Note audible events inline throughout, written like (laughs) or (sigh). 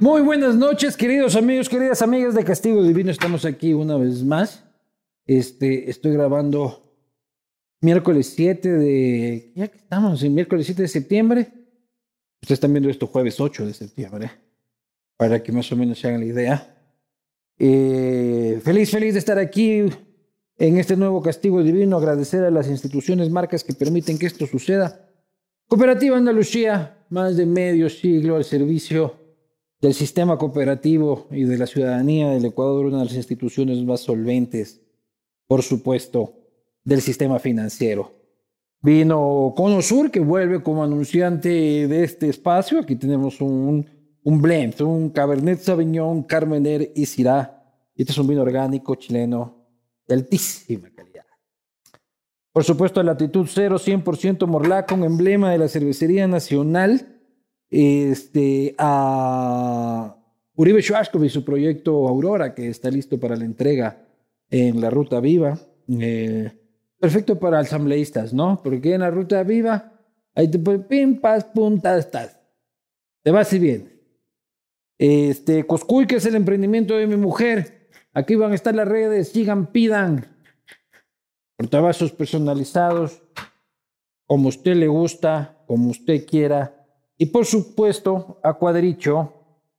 Muy buenas noches, queridos amigos, queridas amigas de Castigo Divino. Estamos aquí una vez más. Este, estoy grabando miércoles 7 de. Ya que estamos en miércoles 7 de septiembre. Ustedes están viendo esto jueves 8 de septiembre. Para que más o menos se hagan la idea. Eh, feliz, feliz de estar aquí en este nuevo Castigo Divino. Agradecer a las instituciones, marcas que permiten que esto suceda. Cooperativa Andalucía, más de medio siglo al servicio del sistema cooperativo y de la ciudadanía del Ecuador, una de las instituciones más solventes, por supuesto, del sistema financiero. Vino Conosur, que vuelve como anunciante de este espacio. Aquí tenemos un, un blend, un Cabernet Sauvignon, Carmener y Syrah. Este es un vino orgánico chileno de altísima calidad. Por supuesto, la latitud 0, 100% Morlaco, un emblema de la cervecería nacional este, a Uribe Schwarzkopf y su proyecto Aurora, que está listo para la entrega en la Ruta Viva. Eh, perfecto para asambleístas, ¿no? Porque en la Ruta Viva, ahí te pones pim, pas, puntas, estás. Te vas y bien. Este, Coscuy, que es el emprendimiento de mi mujer. Aquí van a estar las redes, sigan, pidan. Portavasos personalizados, como usted le gusta, como usted quiera. Y por supuesto a Cuadricho,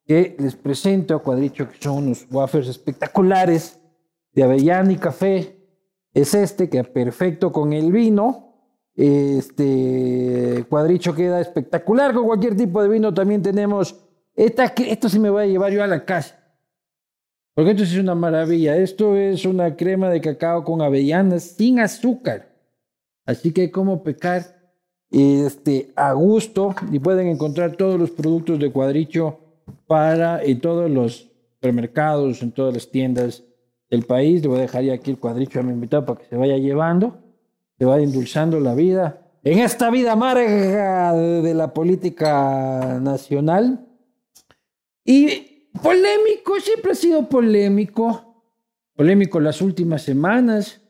que les presento a Cuadricho, que son unos wafers espectaculares de avellana y café. Es este que perfecto con el vino. Este cuadricho queda espectacular con cualquier tipo de vino. También tenemos esta, que esto sí me voy a llevar yo a la casa. Porque esto es una maravilla. Esto es una crema de cacao con avellanas sin azúcar. Así que como pecar este, a gusto y pueden encontrar todos los productos de Cuadricho para en todos los supermercados, en todas las tiendas del país. Le voy a dejar ya aquí el Cuadricho a mi invitado para que se vaya llevando, se vaya endulzando la vida. En esta vida amarga de la política nacional. Y polémico, siempre ha sido polémico. Polémico las últimas semanas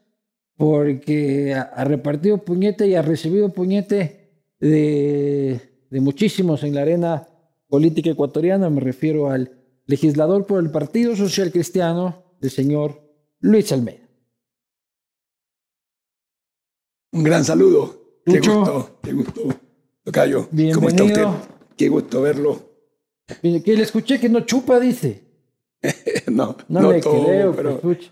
porque ha repartido puñete y ha recibido puñete de, de, muchísimos en la arena política ecuatoriana. Me refiero al legislador por el Partido Social Cristiano, el señor Luis Almeida. Un gran saludo. Qué Lucho. gusto, qué gusto. Tocayo, Bienvenido. ¿cómo está usted? Qué gusto verlo. (laughs) Que le escuché que no chupa, dice. no, No, no le todo, creo, pero- pues, pucha.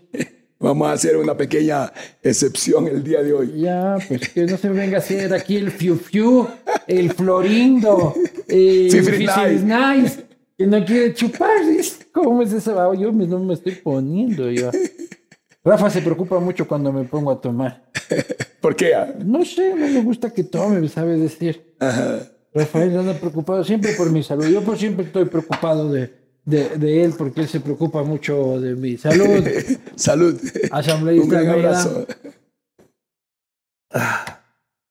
Vamos a hacer una pequeña excepción el día de hoy. Ya, pues que no se venga a hacer aquí el fiu fiu, el florindo, el Fifty Fifty Nice. nice, que no quiere chupar. ¿sí? ¿Cómo es esa baba? Yo me- no me estoy poniendo yo. Rafa se preocupa mucho cuando me pongo a tomar. ¿Por qué? (laughs) ah? No sé, no me gusta que tome, sabe decir. Rafael anda preocupado siempre por mi salud. Yo por siempre estoy preocupado de, de, de él porque él se preocupa mucho de mi salud. Salud. Asambleísta (laughs) Un gran Almeida. abrazo.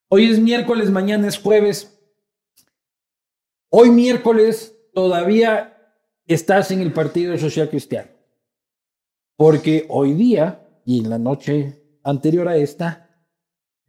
Hoy es miércoles, mañana es jueves. Hoy miércoles todavía estás en el Partido Social Cristiano. Porque hoy día y en la noche anterior a esta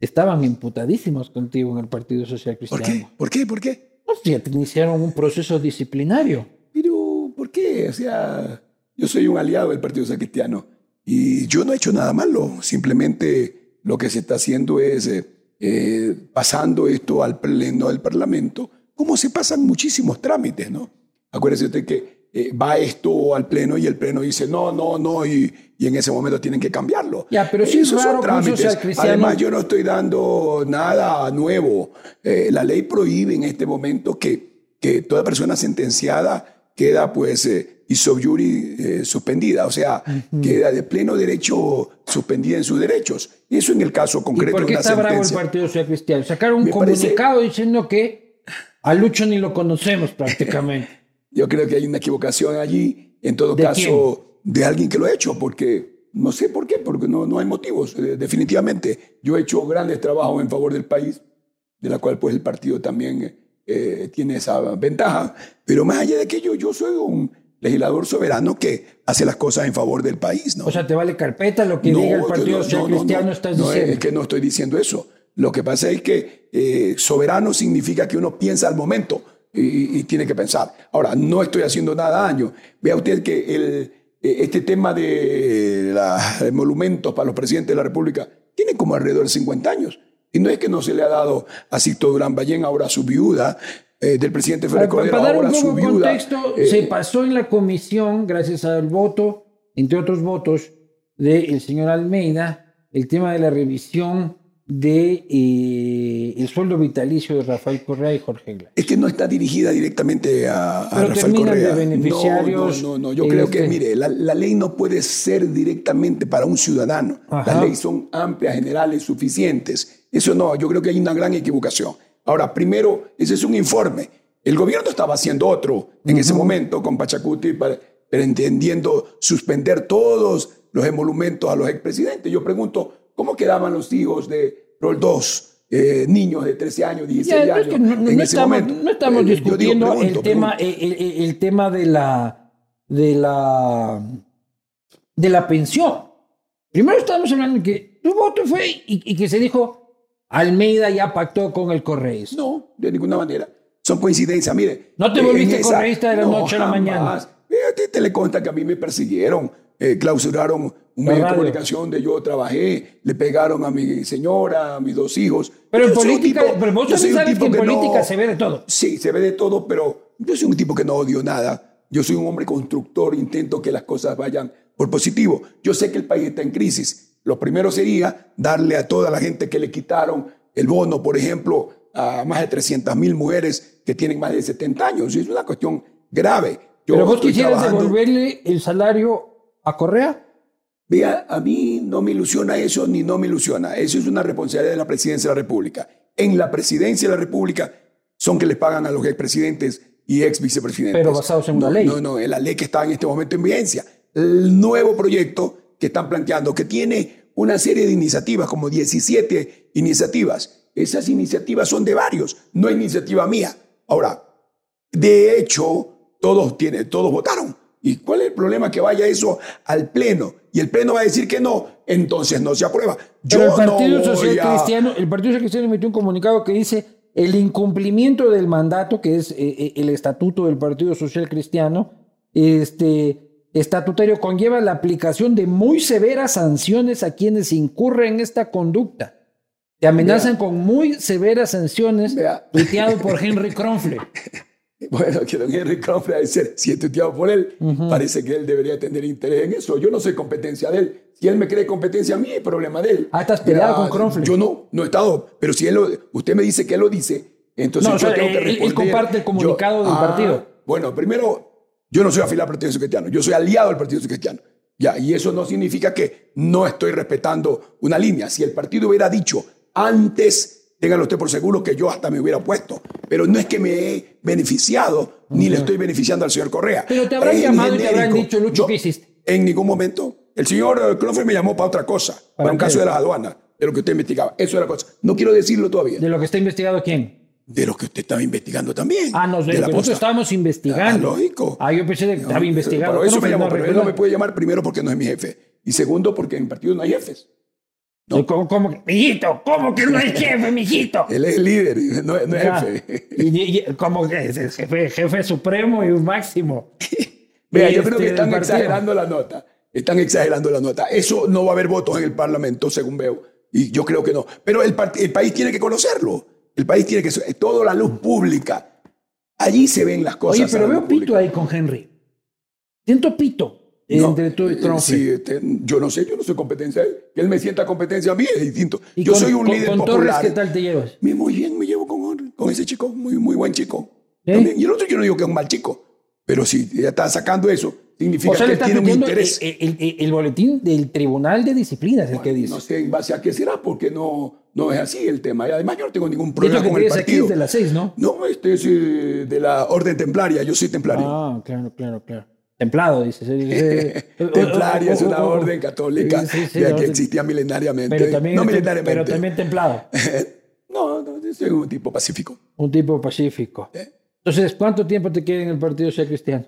estaban imputadísimos contigo en el Partido Social ¿Por Cristiano. qué? ¿Por qué? ¿Por qué? O sea, te iniciaron un proceso disciplinario. Pero, ¿por qué? O sea, yo soy un aliado del Partido Social Cristiano y yo no he hecho nada malo. Simplemente lo que se está haciendo es eh, eh, pasando esto al pleno del Parlamento, como se pasan muchísimos trámites, ¿no? Acuérdese usted que eh, va esto al pleno y el pleno dice no, no, no, y, y en ese momento tienen que cambiarlo. Ya, pero sí es Esos raro son que un trámites. socialcristiano- Además, yo no estoy dando nada nuevo. Eh, la ley prohíbe en este momento que, que toda persona sentenciada queda, pues, eh, y sub iure, eh, suspendida, o sea, queda de pleno derecho suspendida en sus derechos. Eso en el caso ¿Y concreto por de qué una está bravo el sentencia. Partido Social Cristiano? Sacaron un Me parece- comunicado diciendo que a Lucho ni lo conocemos prácticamente. Yo creo que hay una equivocación allí, en todo ¿De caso, de alguien que lo ha hecho, porque no sé por qué, porque no, no hay motivos, eh, definitivamente. Yo he hecho grandes trabajos en favor del país, de la cual eh, pues el partido también eh, tiene esa ventaja, pero más allá de aquello, yo soy un legislador soberano que hace las cosas en favor del país, ¿no? O sea, te vale carpeta lo que diga el Partido Social Cristiano, estás diciendo. es que no estoy diciendo eso. Lo que pasa es que eh, soberano significa que uno piensa al momento y, y tiene que pensar. Ahora, no estoy haciendo nada daño. Vea usted que el, eh, este tema de los monumentos para los presidentes de la República tiene como alrededor de 50 años. Y no es que no se le ha dado a Sixto Durán Ballén, ahora su viuda, eh, del presidente Ferrer Para, Cordero, para dar ahora un su poco de viuda. contexto, eh, se pasó en la comisión, gracias al voto, entre otros votos, del señor Almeida, el tema de la revisión de, eh, el sueldo vitalicio de Rafael Correa y Jorge Glas. Es que no está dirigida directamente a, a Pero Rafael terminan de Correa. beneficiarios, no, no, no, no. Yo eh, creo que, este- mire, la, la ley no puede ser directamente para un ciudadano. Ajá. Las leyes son amplias, generales, suficientes. Eso no, yo creo que hay una gran equivocación. Ahora, primero, ese es un informe. El gobierno estaba haciendo otro en ese momento con Pachacuti, para- pretendiendo suspender todos los emolumentos a los expresidentes. Yo pregunto, ¿cómo quedaban los hijos de Roldós? Eh, niños de 13 años, 16 Ya, no, es años. que no- no- en no ese estamos, momento. no estamos Eh, yo digo, discutiendo pregunto, el, tema, pregunto. el, el- el tema de la de la de la pensión. Primero estábamos hablando que tu voto fue y, y que se dijo Almeida ya pactó con el Correa. No, de ninguna manera. Son coincidencias, mire. No te eh, volviste en esa- correísta de la noche a la mañana. Eh, a ti te le consta que a mí me persiguieron, eh, clausuraron La un medio de radio. comunicación donde yo trabajé, le pegaron a mi señora, a mis dos hijos. Pero en Yo soy un política, tipo- pero vos yo soy también un sabes tipo que en no- política se ve de todo. Sí, se ve de todo, pero yo soy un tipo que no odio nada. Yo soy un hombre constructor, intento que las cosas vayan por positivo. Yo sé que el país está en crisis. Lo primero sería darle a toda la gente que le quitaron el bono, por ejemplo, a más de 300 mil mujeres que tienen más de 70 años. Es una cuestión grave. Yo Pero vos estoy quisieras trabajando- devolverle el salario a Correa. Vea, a mí no me ilusiona eso ni no me ilusiona. Eso es una responsabilidad de la presidencia de la República. En la presidencia de la República son que les pagan a los expresidentes y ex vicepresidentes. Pero basados en No, una ley. No, no, en la ley que está en este momento en vigencia. El nuevo proyecto que están planteando, que tiene una serie de iniciativas, como 17 iniciativas. Esas iniciativas son de varios, no es iniciativa mía. Ahora, de hecho, todos, tiene, todos votaron. ¿Y cuál es el problema que vaya eso al Pleno? Y el Pleno va a decir que no, entonces no se aprueba. Yo Pero el Partido no voy Social a- Cristiano, el Partido Social Cristiano emitió un comunicado que dice el incumplimiento del mandato, que es eh, eh, el estatuto del Partido Social Cristiano, este estatutario conlleva la aplicación de muy severas sanciones a quienes incurren en esta conducta. Te amenazan con muy severas sanciones, Vea. tuiteado por Henry Kronfle. (laughs) Bueno, que don Henry Crawford ha de ser, si he tuiteado por él, parece que él debería tener interés en eso. Yo no soy competencia de él. Si él me cree competencia a mí, es problema de él. Ah, ¿estás peleado Ya, con Crawford? Yo no, no he estado. Pero si él lo- usted me dice que él lo dice, entonces No, o yo sea, tengo que él- él responder. comparte el Yo- ah, comunicado del partido. Bueno, primero, yo no soy afiliado al Partido Cristiano. Yo soy aliado al Partido Cristiano. Ya, y eso no significa que no estoy respetando una línea. Si el partido hubiera dicho antes, téngalo usted por seguro que yo hasta me hubiera opuesto. Pero no es que me he beneficiado ni le estoy beneficiando al señor Correa. Pero te habrán Es llamado y te habrán genérico. dicho, Lucho, No, ¿qué hiciste? En ningún momento. El señor Crawford me llamó para otra cosa, para, un qué? caso de las aduanas, de lo que usted investigaba. Eso era cosa. No quiero decirlo todavía. De lo que está investigado quién? De lo que usted estaba investigando también. Ah, no, de de lo la que nosotros posta. estábamos investigando. Ah, lógico. Ah, yo pensé que No, estaba investigando. Pero eso me Kronfle, llamó, no pero él no recuerdo. me puede llamar primero porque no es mi jefe. Y segundo porque en mi partido no hay jefes. No. ¿Cómo, cómo, que- mijito, ¿cómo que no (laughs) es jefe, mijito? Él es el líder, y no, no es Ya. jefe. (laughs) Y- y- y- como que es el jefe, jefe supremo y un máximo. Vea, Y yo este, creo que del están partido. exagerando la nota. Están exagerando la nota. Eso no va a haber votos en el Parlamento, según veo. Y yo creo que no. Pero el, part- el país tiene que conocerlo. El país tiene que... so- Toda la luz pública. Allí se ven las cosas. Oye, a pero la veo luz pito pública. ahí con Henry. Siento pito No, entre tú y eh, Trump. sí, este, yo no sé, yo no soy competencia de él. Que él me sienta competencia a mí es distinto. Y yo con- soy un con- líder con popular. Torres, ¿qué tal te llevas? Me muy bien, me llevo con, con ese chico, muy, muy buen chico. ¿Sí? También, y el otro yo no digo que es un mal chico, pero si ya está sacando eso, significa O sea, que le él está e, tiene un pidiendo el, interés. el- el- el boletín del Tribunal de Disciplinas, el que dice. no sé en base a qué será, porque no, no es así el tema. Y además yo no tengo ningún Esto problema que con el tienes aquí partido. es de las seis, ¿no? No, este es eh, de la orden templaria, yo soy templario. (laughs) Ah, claro, claro, claro. Templado, dices. eh, (laughs) eh, Templaria es una oh, oh, oh, oh. orden católica Sí, sí, sí, de la que orden- existía milenariamente. Pero también, no tem- milenariamente. pero también templado. (laughs) no, no, yo soy un tipo pacífico. Un tipo pacífico. ¿Eh? Entonces, ¿cuánto tiempo te queda en el Partido Social Cristiano?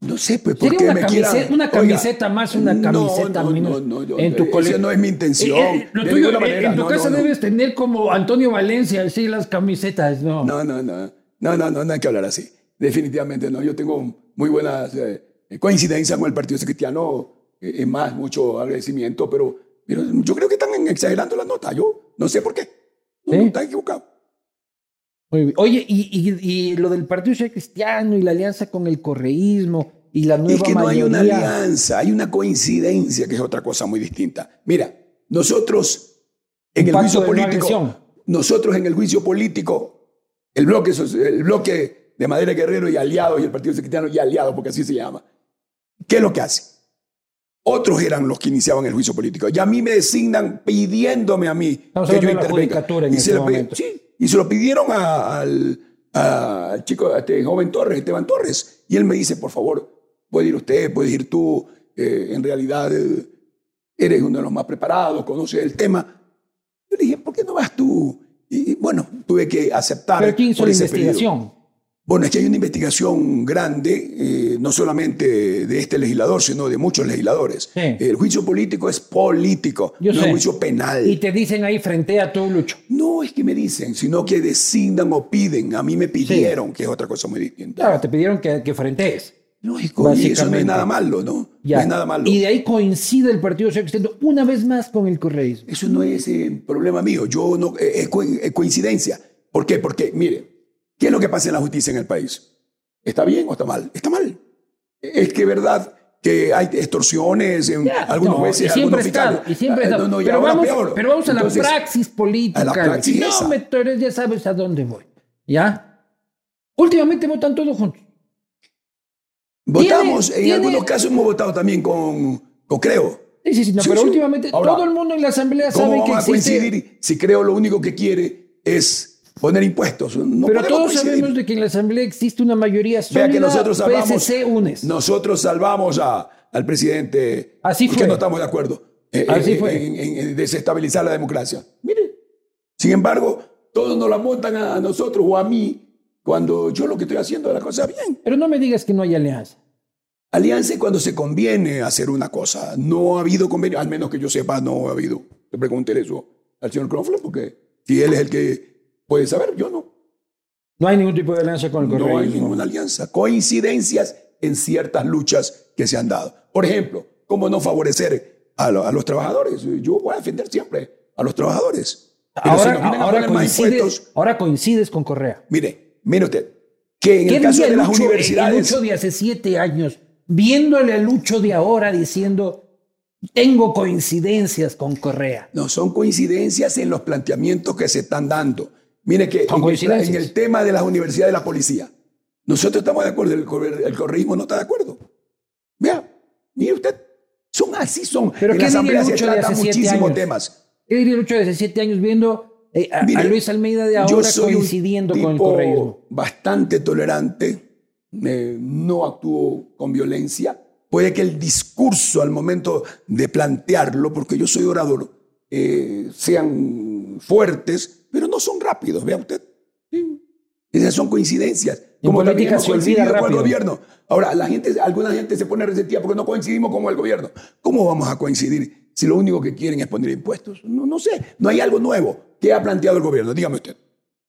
No sé, pues Sería porque una me camiseta- quieran- una Oiga, camiseta más, una camiseta no, no, menos. No, no, no, En tu esa cole- no es mi intención. Eh, eh, lo de tuyo, ninguna eh, manera, en tu no, casa no, no. debes tener como Antonio Valencia, sí, las camisetas, ¿no? No, no, no. No, no, no, no hay que hablar así. Definitivamente no. Yo tengo muy buenas eh, coincidencias con el Partido Cristiano. eh, Es más, mucho agradecimiento, pero, pero yo creo que están exagerando las notas. Yo no sé por qué. No, Sí. no, están equivocados. Muy bien. Oye, y, y- y lo del Partido Social Cristiano y la alianza con el correísmo y la nueva Es que no hay mayoría. una alianza, hay una coincidencia, que es otra cosa muy distinta. Mira, nosotros en Un el pacto juicio de no político, agresión. nosotros en el juicio político, el bloque, soci- el bloque de Madera Guerrero y aliados y el Partido Cristiano y aliados, porque así se llama, ¿qué es lo que hace? Otros eran los que iniciaban el juicio político. Y a mí me designan pidiéndome a mí Estamos que yo hablando de la intervenga. judicatura en y, se este lo pidi- momento. sí, y se lo pidieron a- al, a- al chico, a este joven Torres, Esteban Torres. Y él me dice, por favor, puede ir usted, puede ir tú. eh, en realidad eh, eres uno de los más preparados, conoces el tema. Yo le dije, ¿por qué no vas tú? Y bueno, tuve que aceptar. Pero ¿quién hizo por la ese pedido. investigación? Bueno, es que hay una investigación grande, eh, no solamente de este legislador, sino de muchos legisladores. Sí. El juicio político es político, Yo no sé. es juicio penal. Y te dicen ahí frente a tú, Lucho. No es que me dicen, sino que designan o piden. A mí me pidieron, que es otra cosa muy distinta. Claro, te pidieron que, que frentees. Lógico, y eso no Básicamente. es nada malo, ¿no? Ya. No es nada malo. Y de ahí coincide el Partido Social Cristiano una vez más con el correísmo. Eso no es eh, problema mío, yo no, eh, es co- eh, coincidencia. ¿Por qué? Porque, mire, ¿qué es lo que pasa en la justicia en el país? ¿Está bien o está mal? Está mal. Es que verdad que hay extorsiones en Ya, algunos no, jueces, y siempre algunos fiscales. está, y siempre Ah, está. no, no, y pero, ahora vamos, peor. pero vamos a Entonces, la praxis política. a la praxis Si no esa. me torres, ya sabes a dónde voy. ¿Ya? Últimamente votan todos juntos. Votamos, Tiene- en tiene- algunos casos hemos votado también con, con Creo. Sí, sí, sí, no, Sí, pero sí. últimamente Ahora, todo el mundo en la asamblea ¿Cómo sabe que vamos a existe. coincidir si Creo lo único que quiere es poner impuestos? No Pero podemos todos coincidir. sabemos de que en la asamblea existe una mayoría sólida. Vea que nosotros salvamos, PSC unes. nosotros salvamos a- al presidente. Así porque fue. no estamos de acuerdo. eh, Así en- fue. En, en- en desestabilizar la democracia. Mire. Sin embargo, todos nos la montan a, a nosotros o a mí cuando yo lo que estoy haciendo es la cosa bien. Pero no me digas que no hay alianza. Alianza es cuando se conviene hacer una cosa. No ha habido convenio, al menos que yo sepa, no ha habido. Le pregunté eso al señor Cronfle porque si él es el que puede saber, yo no. No hay ningún tipo de alianza con el No hay correísmo. ninguna alianza. Coincidencias en ciertas luchas que se han dado. Por ejemplo, ¿cómo no favorecer a, lo- a los trabajadores? Yo voy a defender siempre a los trabajadores. Pero si ahora, nos vienen a ahora poner más coincides, impuestos, ahora coincides con Correa. mire, mire usted, que en ¿Qué el caso diría de las Lucho, eh, universidades... el Lucho de hace siete años, viéndole a Lucho de ahora diciendo, tengo coincidencias con Correa? No, son coincidencias en los planteamientos que se están dando. Mire que Son en el, coincidencias. en el tema de las universidades de la policía, nosotros estamos de acuerdo, el, corre- el correísmo no está de acuerdo. Vea, mire usted, son así son. Pero en ¿qué la asamblea diría se Lucho de tratan hace siete muchísimos años? temas. ¿Qué diría Lucho de hace siete años viendo eh, a, a Mire, Luis Almeida de ahora Yo soy coincidiendo un con el tipo correísmo? bastante tolerante, eh, no actúo con violencia. Puede que el discurso al momento de plantearlo, porque yo soy orador, eh, sean fuertes, pero no son rápidos, vea usted. Sí. Esas son coincidencias. En política también hemos se olvida coincidido con el rápido. gobierno. Ahora, la gente, alguna gente se pone resentida porque no coincidimos con el gobierno. ¿Cómo vamos a coincidir si lo único que quieren es poner impuestos? No, no sé, no hay algo nuevo que ha planteado el gobierno, dígame usted.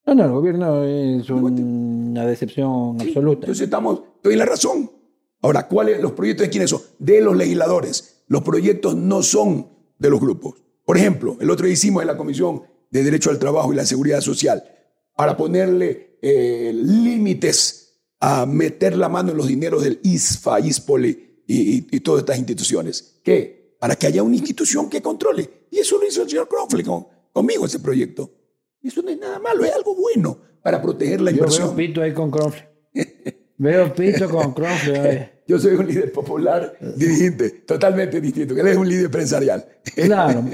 No, no, el gobierno es una decepción absoluta. Entonces estamos, estoy en la razón. Ahora, ¿cuáles los proyectos de quiénes son? De los legisladores. Los proyectos no son de los grupos. Por ejemplo, el otro día hicimos en la Comisión de Derecho al Trabajo y la Seguridad Social para ponerle eh, límites a meter la mano en los dineros del ISFA, ISPOLE y, y- y todas estas instituciones. ¿Qué? Para que haya una institución que controle. Y eso lo hizo el señor Crofle con- conmigo, ese proyecto. Eso no es nada malo, es algo bueno para proteger la Yo inversión. veo pito ahí con (laughs) Cronfle. veo pito con Cronfle. oye. Yo soy un líder popular, dirigente, totalmente distinto. Él es un líder empresarial. Claro.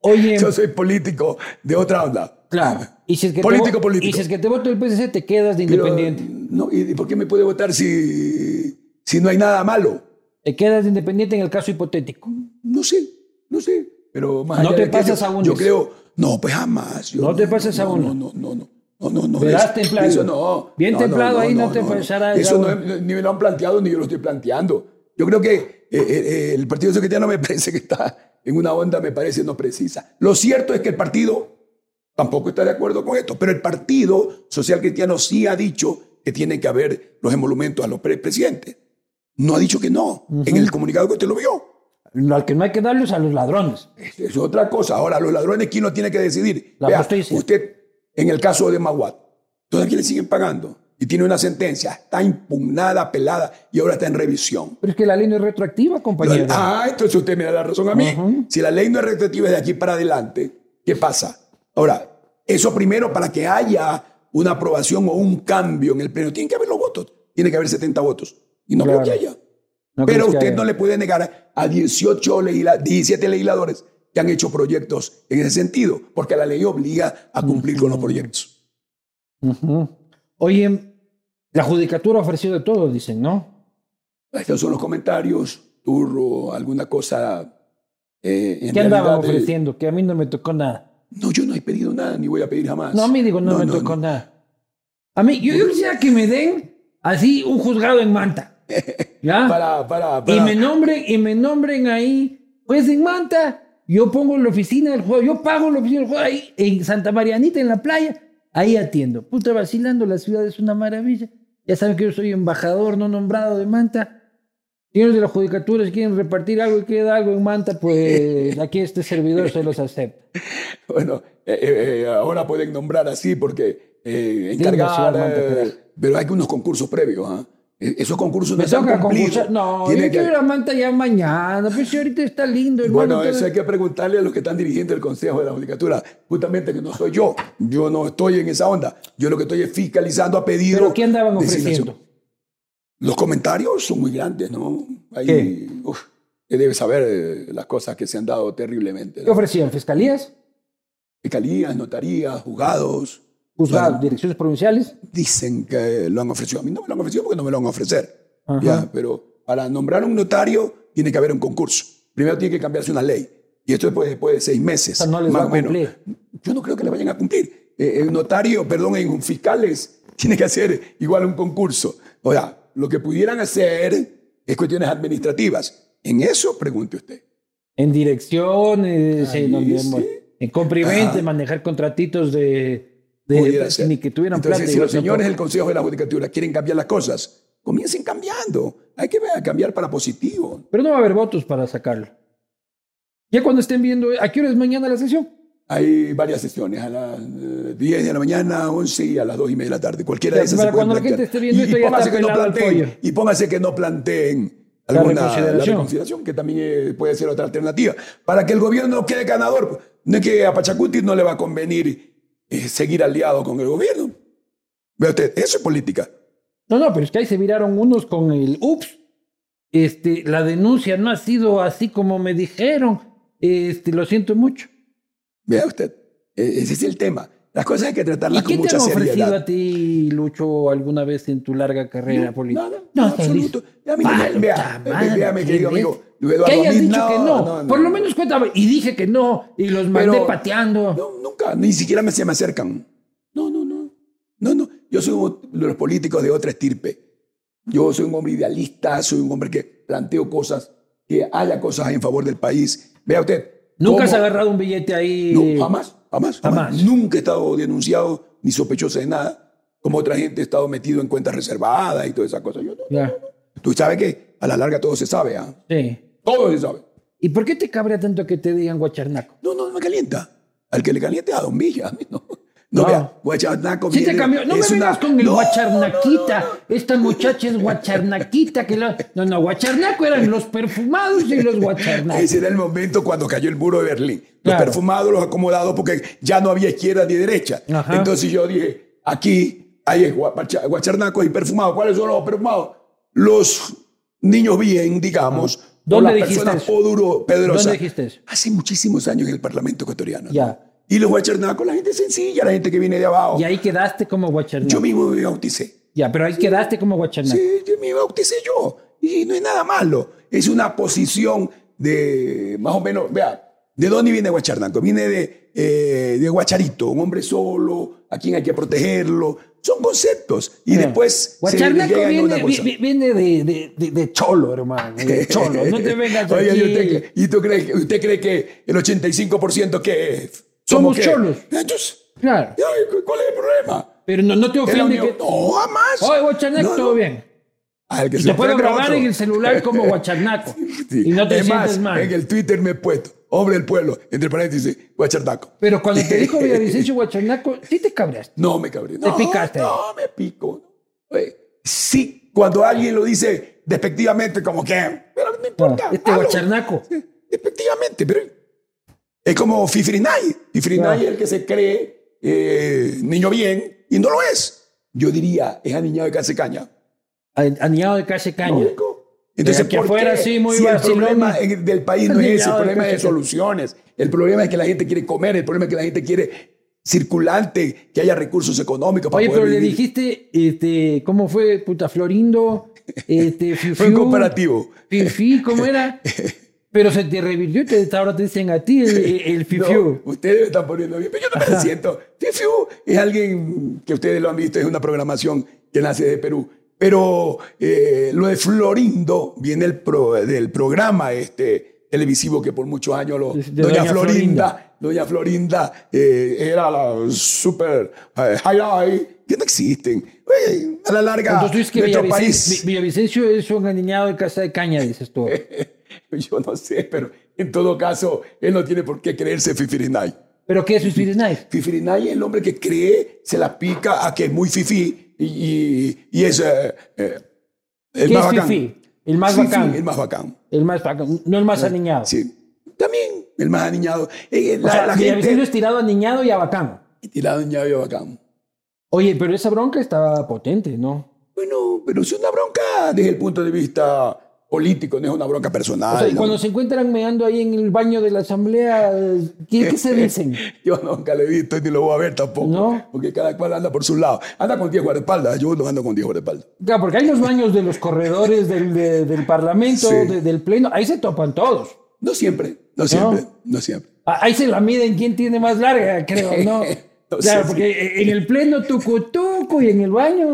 Oye, Yo soy político de otra onda. claro. Y si es que te, Político, vo- político. Y si es que te vota el PSC, te quedas de Pero, independiente. no, ¿Y por qué me puede votar si, si no hay nada malo? Te quedas de independiente en el caso hipotético. No sé, no sé. Pero más No allá te de aquello, pases a uno. Yo creo, no, pues jamás. Yo No te pases a no, uno. No, no, no, no. No, no, no. Verás eso- templado. Eso no. Bien no, templado ahí, no te pensarás, Eso no, Raúl. es- ni me lo han planteado ni yo lo estoy planteando. Yo creo que eh, eh, el Partido Secretario me (laughs) parece que está en una onda, me parece no precisa. Lo cierto es que el partido tampoco está de acuerdo con esto, pero el Partido Social Cristiano sí ha dicho que tiene que haber los emolumentos a los pre- presidentes. No ha dicho que no. En el comunicado que usted lo vio. Lo al que no hay que darle es a los ladrones. Es, es otra cosa. Ahora, los ladrones, ¿quién lo tiene que decidir? La justicia. Usted, en el caso de Maguat, todavía le siguen pagando y tiene una sentencia, está impugnada, apelada y ahora está en revisión. Pero es que la ley no es retroactiva, compañero. Ah, entonces usted me da la razón a mí. Pues, Ujú. Si la ley no es retroactiva de aquí para adelante, ¿qué pasa? Ahora, eso primero para que haya una aprobación o un cambio en el pleno, tienen que haber los votos, tiene que haber 70 votos. Y no creo Claro. que haya. No Pero crees que usted haya. no le puede negar a 18 legisla- 17 legisladores que han hecho proyectos en ese sentido, porque la ley obliga a cumplir con los proyectos. Ujú. Oye, la judicatura ha ofrecido de todo, dicen, ¿no? Estos son los comentarios, turro, alguna cosa. eh, en ¿Qué andaban realidad, eh, ofreciendo? Que a mí no me tocó nada. no, yo no he pedido nada, ni voy a pedir jamás. No, a mí digo, no, me tocó nada. A mí, yo, yo quisiera que me den así un juzgado en (laughs) Manta. ¿Ya? Para, para, para. Y me nombren, y me nombren ahí, pues en Manta, yo pongo la oficina del juego, yo pago la oficina del juego ahí en Santa Marianita, en la playa, ahí atiendo. Puta vacilando, la ciudad es una maravilla. Ya saben que yo soy embajador no nombrado de Manta. Señores de la judicatura, si quieren repartir algo y queda algo en Manta, pues aquí este servidor se los acepta. (laughs) Bueno, eh, eh, eh, ahora pueden nombrar así porque eh, ciudad encargar. Manta, eh, carajo. pero hay unos concursos previos. ¿ah? Eh, Esos concursos Me no se han toca cumplido. concursar. No, Tiene yo que- quiero ir a Manta ya mañana. Pues si ahorita está lindo, hermano. Bueno, eso entonces- hay que preguntarle a los que están dirigiendo el Consejo de la Judicatura. Justamente que no soy yo. Yo no estoy en esa onda. Yo lo que estoy es fiscalizando a pedido. ¿Pero qué andaban de Silvio ofreciendo? Silva. Los comentarios son muy grandes, ¿no? Ahí, ¿Qué? uf, él debe saber eh, las cosas que se han dado terriblemente. ¿Qué ofrecían? ¿Fiscalías? Fiscalías, notarías, juzgados. ¿Juzgados? Bueno, ¿Direcciones provinciales? dicen que lo han ofrecido. A mí no me lo han ofrecido porque no me lo van a ofrecer. Ajá. Ya, pero para nombrar un notario tiene que haber un concurso. Primero tiene que cambiarse una ley. Y esto después, después de seis meses. O sea, no les más va a o menos. cumplir. Yo no creo que le vayan a cumplir. Eh, el notario, perdón, en fiscales tiene que hacer igual un concurso. O sea, lo que pudieran hacer es cuestiones administrativas. En eso pregunte usted. En direcciones, Ahí en, donde- sí. en comprimentes, Ajá. matar contratitos de, de- pudiera ser. ni que tuvieran Entonces, plata. si igual los señores del tampoco. Consejo de la Judicatura quieren cambiar las cosas, comiencen cambiando. Hay que ver, cambiar para positivo. Pero no va a haber votos para sacarlo. Ya cuando estén viendo, ¿a qué hora es mañana la sesión? Hay varias sesiones, a las eh, 10 de la mañana, 11 y a las 2 y media de la tarde. Cualquiera Ya, de esas para se puede cuando la plantear. gente esté viendo esto, ya póngase está que no pelado el planteen- pollo. Y póngase que no planteen La alguna la reconsideración. reconsideración. que también eh, puede ser otra alternativa. Para que el gobierno no quede ganador. No es que a Pachacuti no le va a convenir eh, seguir aliado con el gobierno. Vea usted, eso es política. No, no, pero es que ahí se viraron unos con el ups. Este, la denuncia no ha sido así como me dijeron. Este, lo siento mucho. Vea usted, e- ese es el tema. Las cosas hay que ¿Y tratarlas qué con te han mucha ofrecido seriedad. a ti, Lucho, alguna vez en tu larga carrera política? Nada, No, absoluto. feliz. A mí no me- Vale, vea, puta madre, vea, mi qué querido bestia. amigo, Eduardo, que a hayas mí dicho no, que no. no, no. Por lo menos cuéntame. Y dije que no. Y los mandé Pero- pateando. No, nunca, ni siquiera me, se me acercan. No, no, no. No, no. Yo soy uno de los políticos de otra estirpe. Yo soy un hombre idealista, soy un hombre que planteo cosas, que haya cosas en favor del país. Vea usted. Nunca cómo- has agarrado un billete ahí. No, jamás, jamás, jamás. Jamás. Nunca he estado denunciado ni sospechoso de nada. Como otra gente he estado metido en cuentas reservadas y todas esas cosas. Yo no. Ya, Tú sabes que a la larga todo se sabe, ¿ah? sí. Todo se sabe. ¿Y por qué te cabrea tanto que te digan guacharnaco? No, no, no me calienta. Al que le caliente a Don Villa. a mí No, no, No. vea, guachanaco Sí te viene- cambió. No me es una- vengas con el No, guacharnaquita. Esta muchacha es guacharnaquita. Que la... No, no, guacharnaco eran los perfumados y los guacharnacos. Ese era el momento cuando cayó el muro de Berlín. Los Claro. perfumados, los acomodados, porque ya no había izquierda ni derecha. Ajá. Entonces yo dije, aquí hay guapacha- guacharnacos y perfumados. ¿Cuáles son los perfumados? Los niños bien, digamos. o Ah. ¿Dónde las dijiste personas eso? poduro, pedrosas. ¿Dónde dijiste eso? Hace muchísimos años en el Parlamento ecuatoriano. ¿no? Ya. Y los guacharnacos, la gente sencilla, la gente que viene de abajo. Y ahí quedaste como guacharnaco. Yo mismo me bauticé. Ya, pero ahí quedaste como guacharnaco. Sí, yo me bauticé yo. Y no es nada malo. Es una posición de, más o menos, vea, ¿De dónde viene Guacharnanco? Viene de, eh, de Guacharito, un hombre solo, a quien hay que protegerlo. Son conceptos. Y Mira, después. se Guacharnaco llega en Eh, viene, una vi- cosa. vi- viene de, de- de- de cholo, hermano. De cholo. No te vengas (laughs) Oiga, aquí. ¿y usted cree- ¿Y tú crees, que- usted cree que el 85% que es? Somos qué? cholos. Entonces, Claro. ay, cu- ¿cuál es el problema? Pero no, no te Es la ofende unión. que. No, jamás. Oye, Guacharnaco, No, todo no. bien. Al que Y se te puedo ofenda, grabar otro. en el celular como Guacharnaco. (laughs) Sí. Y no te es sientes más, mal. En el Twitter me he puesto, hombre del pueblo, entre paréntesis, guacharnaco. Pero cuando te (laughs) dijo Villavicencio Guacharnaco, sí te cabreaste. No me cabré. No, picaste. No me pico. Oye, sí, cuando alguien lo dice despectivamente, como que, pero no importa. Este hazlo. Guacharnaco. Sí, Despectivamente, pero es como Fifrinay. Fifrinay Claro. es el que se cree eh, niño bien y no lo es. Yo diría, es aniñado de casecaña. A- Aniado de calle caña. Entonces, aquí ¿por afuera, qué? sí, muy si el vacilón. problema en- del país (laughs) no es ese, el Alineado, problema es de entonces, soluciones, el problema es que la gente quiere comer, el problema es que la gente quiere circulante, que haya recursos económicos para Oye, poder pero le vivir. dijiste, este, ¿cómo fue puta Florindo? (laughs) Este, Fifiu, Fue un comparativo. Fifi, ¿cómo (laughs) era? Pero se te revirtió y te, ahora te dicen a ti el, el No, Fifiu. ustedes me están poniendo bien, pero yo no me siento. Fifiu es alguien que ustedes lo han visto, es una programación que nace de Perú. Pero eh, lo de Florindo viene el pro- del programa este, televisivo que por muchos años lo, De- de Doña, Doña Florinda, Florinda. Doña Florinda eh, era la super eh, high high, que no existen. Oye, a la larga, Entonces tú dices que nuestro Villavicen- país. Vi- Villavicencio es un aniñado de casa de caña, dices tú. (laughs) Yo no sé, pero en todo caso, él no tiene por qué creerse Fifirinay. ¿Pero qué es Fifi de Nice? Fifirinay es el hombre que cree, se la pica a que es muy fifí y, y- y es eh, eh, el ¿Qué más es bacán. Fifi? El más Fifí, bacán. El más bacán. El más bacán, no el más aniñado. Sí. También el más aniñado. Eh, O la, sea, la Villavicencio gente. es tirado a niñado y a bacán. Tirado aniñado y bacán. Oye, pero esa bronca está potente, ¿no? Bueno, pero es una bronca desde el punto de vista político, no es una bronca personal. O sea, y ¿no? cuando se encuentran meando ahí en el baño de la asamblea, ¿qué, qué se (laughs) dicen? Yo nunca le he visto ni lo voy a ver tampoco. ¿No? Porque cada cual anda por su lado. Anda con 10 guardaespaldas. Yo no ando con 10 guardaespaldas. Claro, porque hay los baños de los corredores del, de- del Parlamento, Sí. de- del Pleno, ahí se topan todos. No siempre, no siempre, no siempre. A- Ahí se la miden quién tiene más larga, creo, (laughs) ¿no? No claro, sé, porque en el Pleno tucu tucu y en el baño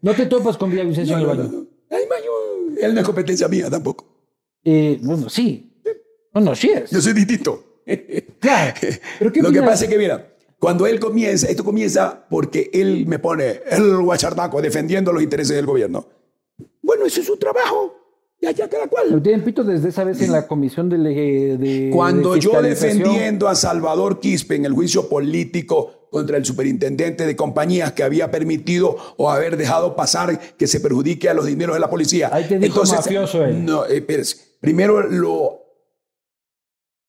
no te topas con Villavicencio en el No, baño. no, no. Además, yo- él no es competencia mía tampoco. Eh, bueno, sí. Bueno, sí es. Yo (laughs) soy distinto. Claro. Pero ¿qué Lo que opinas? pasa es que, mira, cuando él comienza, esto comienza porque él me pone el guacharnaco defendiendo los intereses del gobierno. Bueno, ese es su trabajo. Ya, ya, cada Lo cual. tienen pito desde esa vez en la comisión de... le- de Cuando de yo fiscalización. defendiendo a Salvador Quispe en el juicio político contra el superintendente de compañías que había permitido o haber dejado pasar que se perjudique a los dineros de la policía. Ahí te dijo mafioso él. No, eh, espérese. Primero lo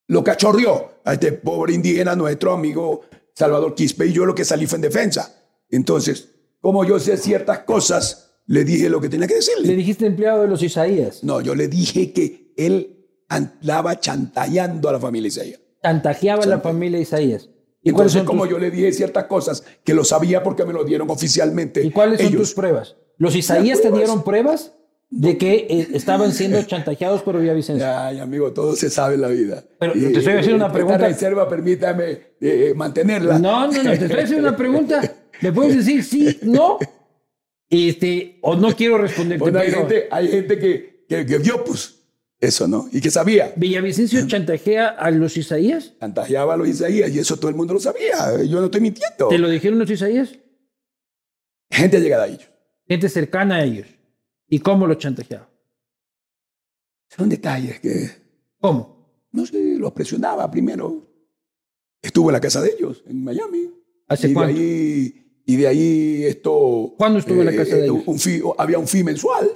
lo cachorrió a este pobre indígena, nuestro amigo Salvador Quispe, y yo lo que salí fue en defensa. Entonces, como yo sé ciertas cosas, le dije lo que tenía que Le decirle. dijiste empleado de los Isaías. No, yo le dije que él andaba chantallando a la familia Isaías. Chantajeaba a la familia Isaías. ¿Y cuáles Entonces, son, como tus, yo le dije ciertas cosas que lo sabía porque me lo dieron oficialmente. ¿y cuáles son ellos. tus pruebas? ¿Los Isaías te pruebas. dieron pruebas de que eh, estaban (laughs) siendo chantajeados por Villavicencio? Ay, amigo, todo se sabe en la vida. eh, Pero te estoy haciendo una esta pregunta- reserva, permítame eh, eh, mantenerla. No, no, no, te estoy haciendo una pregunta. ¿Me puedes decir sí, no? Este, o no quiero responderte. Bueno, hay pero gente, hay gente que, que, que vio, pues, eso, ¿no? Y que sabía. ¿Villavicencio chantajea a los Isaías? Chantajeaba a los Isaías y eso todo el mundo lo sabía. Yo no estoy mintiendo. ¿Te lo dijeron los Isaías? Gente llegada a ellos. Gente cercana a ellos. ¿Y cómo los chantajeaba? Son detalles que, ¿Cómo? no sé, los presionaba primero. Estuvo en la casa de ellos, en Miami. ¿Hace y cuánto? De ahí, y de ahí esto... eh, ¿Cuándo estuvo en la casa de ellos? un fee- había un fee mensual.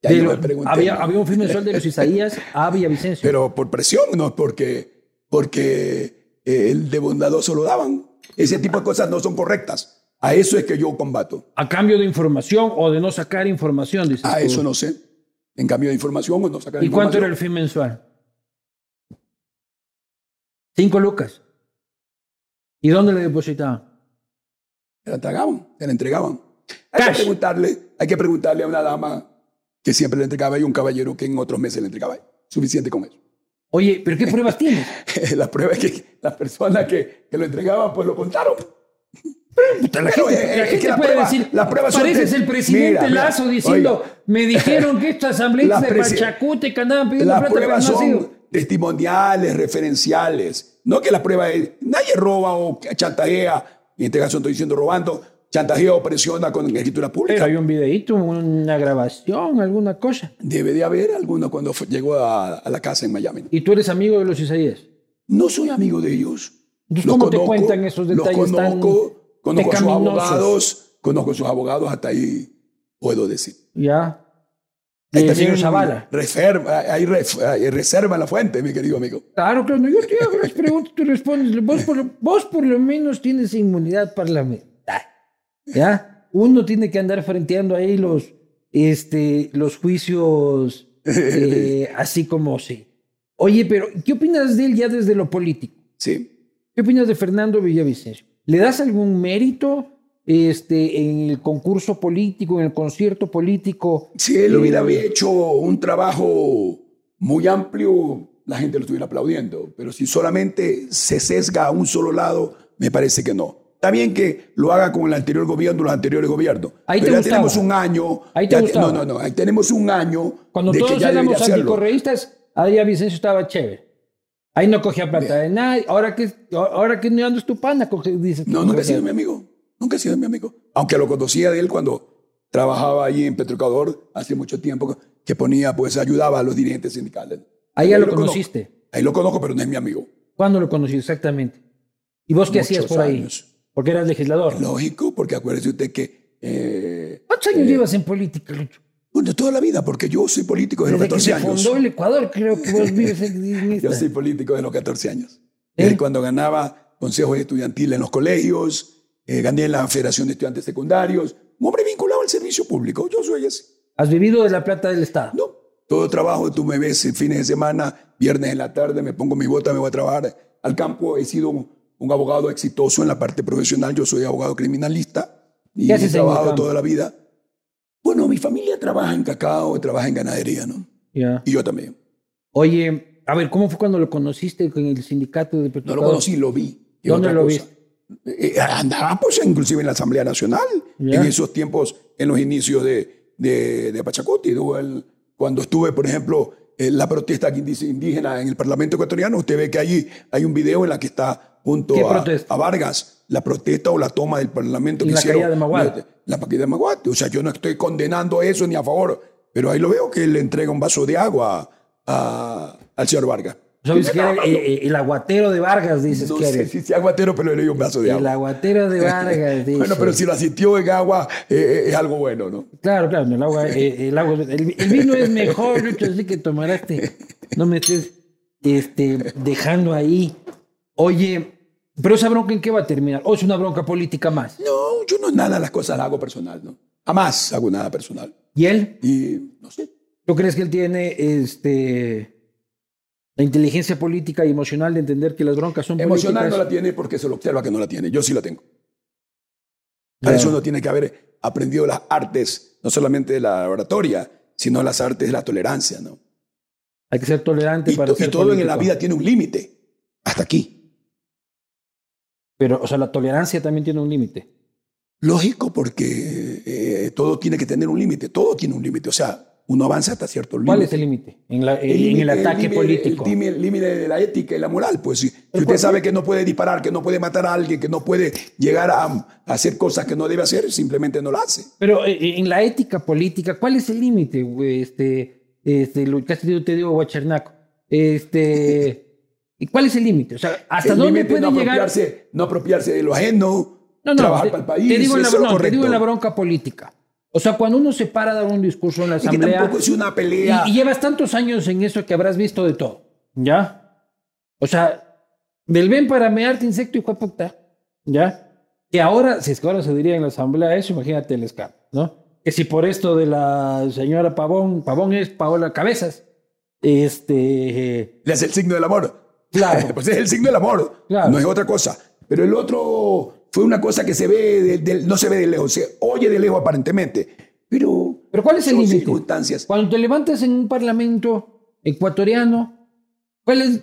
Y ahí De no lo- me pregunté, había, ¿no? había un film mensual de los Isaías a Villavicencio. Pero por presión, no porque, porque eh, el de bondadoso lo daban. Ese tipo de cosas no son correctas. A eso es que yo combato. a cambio de información o de no sacar información, dices A tú. Ah, eso no sé. En cambio de información o no sacar ¿Y cuánto era el información. fin mensual? Cinco lucas. ¿Y dónde le depositaban? Se la tragaban, se la entregaban. Hay que, Cash. preguntarle, hay que preguntarle a una dama que siempre le entregaba y un caballero que en otros meses le entregaba. Suficiente con eso. Oye, ¿pero qué pruebas tienes? la prueba es que las personas que, que lo entregaban, pues lo contaron. Puta, la Pero, gente, (laughs) eh, la es gente que la Este puede prueba- decir, la prueba son pareces tres- el presidente Mira, mira, Lazo diciendo, oiga. me dijeron que estos (laughs) asambleístas Las de presi- Pachacute que andaban pidiendo Las plata, pero no pruebas ha son sido. testimoniales, referenciales. No que la prueba es, nadie roba o chantajea, y en este caso estoy diciendo robando, chantajea o presiona con la escritura Pero pública. hay un videíto, una grabación, alguna cosa. Debe de haber alguno cuando fue- llegó a, a la casa en Miami. Y tú eres amigo de los Isaías. No soy amigo de ellos. Entonces, ¿cómo te cuentan esos detalles Los tan conozco, conozco a sus pecaminosos? abogados, conozco a sus abogados, hasta ahí puedo decir. Ya. Ahí El también señor Zavala. Reserva, hay, ref- hay reserva en la fuente, mi querido amigo. Claro, claro. no, Yo te hago las preguntas, tú respondes. Vos por, lo- vos por lo menos tienes inmunidad parlamentaria. ¿Ya? Uno tiene que andar frenteando ahí los, este, los juicios eh, así como sí. Oye, pero ¿qué opinas de él ya desde lo político? Sí. ¿Qué opinas de Fernando Villavicencio? ¿Le das algún mérito este, en el concurso político, en el concierto político? Si él hubiera hecho un trabajo muy amplio, la gente lo estuviera aplaudiendo. Pero si solamente se sesga a un solo lado, me parece que no. Está bien que lo haga con el anterior gobierno, los anteriores gobiernos. Ahí te pero ya gustaba. tenemos un año. Ahí te ya gustaba. no, no, no. Ahí tenemos un año. Cuando de que todos ya debería éramos hacerlo. anticorreístas, ahí Villavicencio estaba chévere. Ahí no cogía plata de nadie. Ahora que, ahora que no andas tu pana, coge- dices. No, nunca ha sido mi amigo. Nunca ha sido mi amigo. Aunque lo conocía de él cuando trabajaba ahí en Petrocador hace mucho tiempo, que ponía, pues ayudaba a los dirigentes sindicales. Ahí ya lo conozco. conociste. Ahí lo conozco, pero no es mi amigo. ¿Cuándo lo conocí exactamente? ¿Y vos qué hacías Muchos por ahí? años. Porque eras legislador. Lógico, porque acuérdese usted que. eh, ¿Cuántos años llevas en política, Lucho? bueno, toda la vida, porque yo soy político desde los Desde que 14 se años. fundó el Ecuador, creo que vos vives en- en (laughs) Yo esta. soy político de los 14 años. ¿Eh? Desde cuando ganaba consejos estudiantiles en los colegios, eh, gané en la Federación de Estudiantes Secundarios. Un hombre vinculado al servicio público. Yo soy ese. Has vivido de la plata del Estado. No. Todo trabajo, tú me ves en fines de semana, viernes en la tarde, me pongo mi bota, me voy a trabajar al campo. He sido un, un abogado exitoso en la parte profesional. Yo soy abogado criminalista y ¿Qué he haces en el trabajado campo? toda la vida. Bueno, mi familia trabaja en cacao, trabaja en ganadería, ¿no? Ya. Y yo también. Oye, a ver, ¿cómo fue cuando lo conociste con el sindicato de No Petrocador? lo conocí, lo vi. Es ¿Dónde otra lo cosa. viste? Eh, andaba pues inclusive en la Asamblea Nacional, Ya. en esos tiempos, en los inicios de, de, de Pachacuti. Hubo el- cuando estuve, por ejemplo, en la protesta indí- indígena en el Parlamento ecuatoriano, usted ve que allí hay un video en la que está junto ¿Qué a, protesta? a Vargas, la protesta o la toma del Parlamento En que la hicieron. caída de Maguate. La caída de Maguate. O sea, yo no estoy condenando eso ni a favor, pero ahí lo veo que le entrega un vaso de agua a- al señor Vargas. ¿Sabes (laughs) que era el, el- el aguatero de Vargas, dices No que sé eres? si sea aguatero, pero le dio un vaso de agua. El aguatero de Vargas, dices. (laughs) Bueno, pero si lo asistió en agua, eh, eh, es algo bueno, ¿no? Claro, claro, el, agua, eh, el, agua, el, el vino es mejor, Lucho, así que tomarás. te- No me estés este, dejando ahí. Oye, pero esa bronca en qué va a terminar? ¿O es una bronca política más? No, yo no nada las cosas las hago personal, ¿no? Jamás hago nada personal. ¿Y él? Y no sé. ¿Tú crees que él tiene este, la inteligencia política y emocional de entender que las broncas son Emocional no políticas? la tiene porque se lo observa que no la tiene. Yo sí la tengo. Para Ya. eso uno tiene que haber aprendido las artes, no solamente de la oratoria, sino las artes de la tolerancia, ¿no? Hay que ser tolerante Y, para to- y ser todo en la político. vida tiene un límite. Hasta aquí. Pero, o sea, la tolerancia también tiene un límite. Lógico, porque eh, todo tiene que tener un límite. Todo tiene un límite. O sea, uno avanza hasta cierto límite. ¿Cuál es el límite? En, la- en- en el límite- ataque límite- político. El límite- límite de la ética y la moral, pues si si usted cual- sabe que no puede disparar, que no puede matar a alguien, que no puede llegar a, a hacer cosas que no debe hacer, simplemente no lo hace. Pero eh, en la ética política, ¿cuál es el límite? güey? Este, este, lo- casi yo te digo guachernaco. Este, (laughs) ¿y cuál es el límite? O sea, ¿hasta El dónde límite puede no llegar? apropiarse, no apropiarse de lo ajeno, trabajar te, para el país, te digo en la, eso es lo no, te digo en la correcto. bronca política. O sea, cuando uno se para a dar un discurso en la Y que asamblea tampoco es una y, pelea. y llevas tantos años en eso que habrás visto de todo, ¿ya? O sea, del ven para mearte insecto y de puta, ¿ya? Que ahora, si es que ahora se diría en la asamblea eso, imagínate el escándalo, ¿no? Que si por esto de la señora Pavón, Pavón es Paola Cabezas, este... eh, le hace el signo del amor. Claro. (laughs) pues es el signo del amor, Claro. no es otra cosa. Pero el otro fue una cosa que se ve, de- de- no se ve de lejos, se oye de lejos aparentemente. Pero, Pero ¿cuál es el son límite? circunstancias. Cuando te levantas en un parlamento ecuatoriano, ¿Cuál es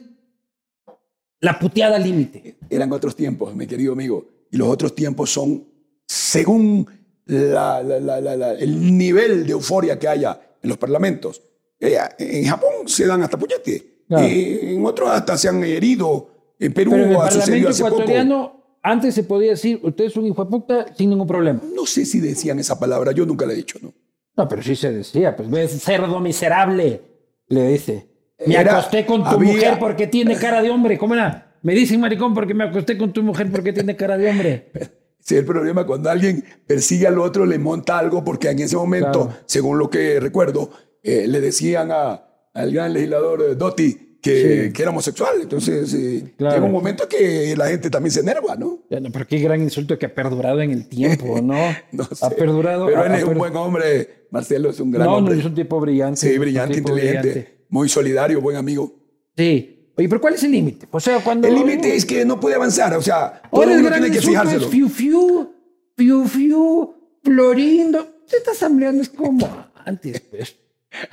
la puteada límite? Eran otros tiempos, mi querido amigo. Y los otros tiempos son según la- la- la- la- la- el nivel de euforia que haya en los parlamentos. Eh, En Japón se dan hasta puñetes. Claro. Eh, En otros hasta se han herido. En Perú Pero en el ha sucedido Parlamento hace poco. ecuatoriano antes se podía decir, usted es un hijo de puta sin ningún problema. No sé si decían esa palabra, yo nunca la he dicho, ¿no? No, pero sí se decía, pues ves, cerdo miserable, le dice. Me Era- acosté con tu había- mujer porque tiene cara de hombre. ¿Cómo era? Me dicen maricón porque me acosté con tu mujer porque tiene cara de hombre. Ese es el problema cuando alguien persigue al otro, le monta algo, porque en ese momento, Claro. según lo que recuerdo, eh, le decían a- al gran legislador eh, Dotti que, que era homosexual. Entonces, eh, Claro. llega un momento que la gente también se enerva, ¿no? (laughs) Bueno, pero qué gran insulto que ha perdurado en el tiempo, ¿no? No sé. Ha perdurado. Pero ha- él ha es un per- buen hombre. Marcelo es un gran No, no, hombre. es un tipo brillante. sí, un brillante, tipo inteligente, brillante. muy solidario, buen amigo. Sí. Oye, pero ¿cuál es el límite? O sea, cuando. El límite es que no puede avanzar, o sea, todo Ahora el uno gran tiene que insulto es fijárselo. fiu fiu, fiu fiu, florindo. Usted está asambleando, es como antes, pues.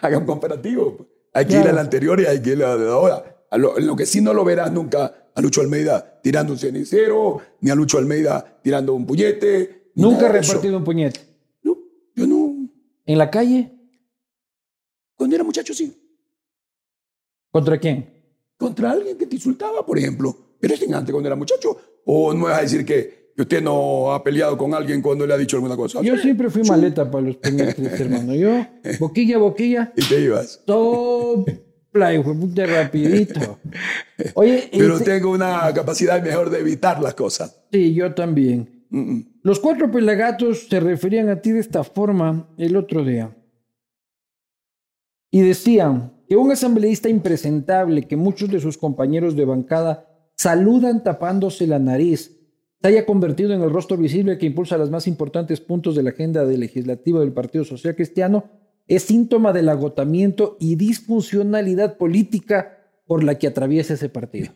haga un comparativo. Hay que ir Claro. al anterior y hay que ir al de ahora. A lo, en lo que sí no lo verás nunca a Lucho Almeida tirando un cenicero, ni a Lucho Almeida tirando un puñete. ni Nunca he nada de eso. repartido un puñete. No, yo no. ¿En la calle? Cuando era muchacho sí. ¿Contra quién? Contra alguien que te insultaba, por ejemplo. Pero es antes cuando era muchacho. O no vas a decir que, que usted no ha peleado con alguien cuando le ha dicho alguna cosa. Yo Sí. siempre fui maleta para los (laughs) puñetes, hermano. Yo, boquilla, boquilla, Y te ibas. sopla, hijo de puta, rapidito. Oye, Pero este- tengo una capacidad mejor de evitar las cosas. sí, yo también. Mm, mm. Los cuatro pelagatos se referían a ti de esta forma el otro día. Y decían que un asambleísta impresentable que muchos de sus compañeros de bancada saludan tapándose la nariz se haya convertido en el rostro visible que impulsa los más importantes puntos de la agenda de legislativa del Partido Social Cristiano es síntoma del agotamiento y disfuncionalidad política por la que atraviesa ese partido.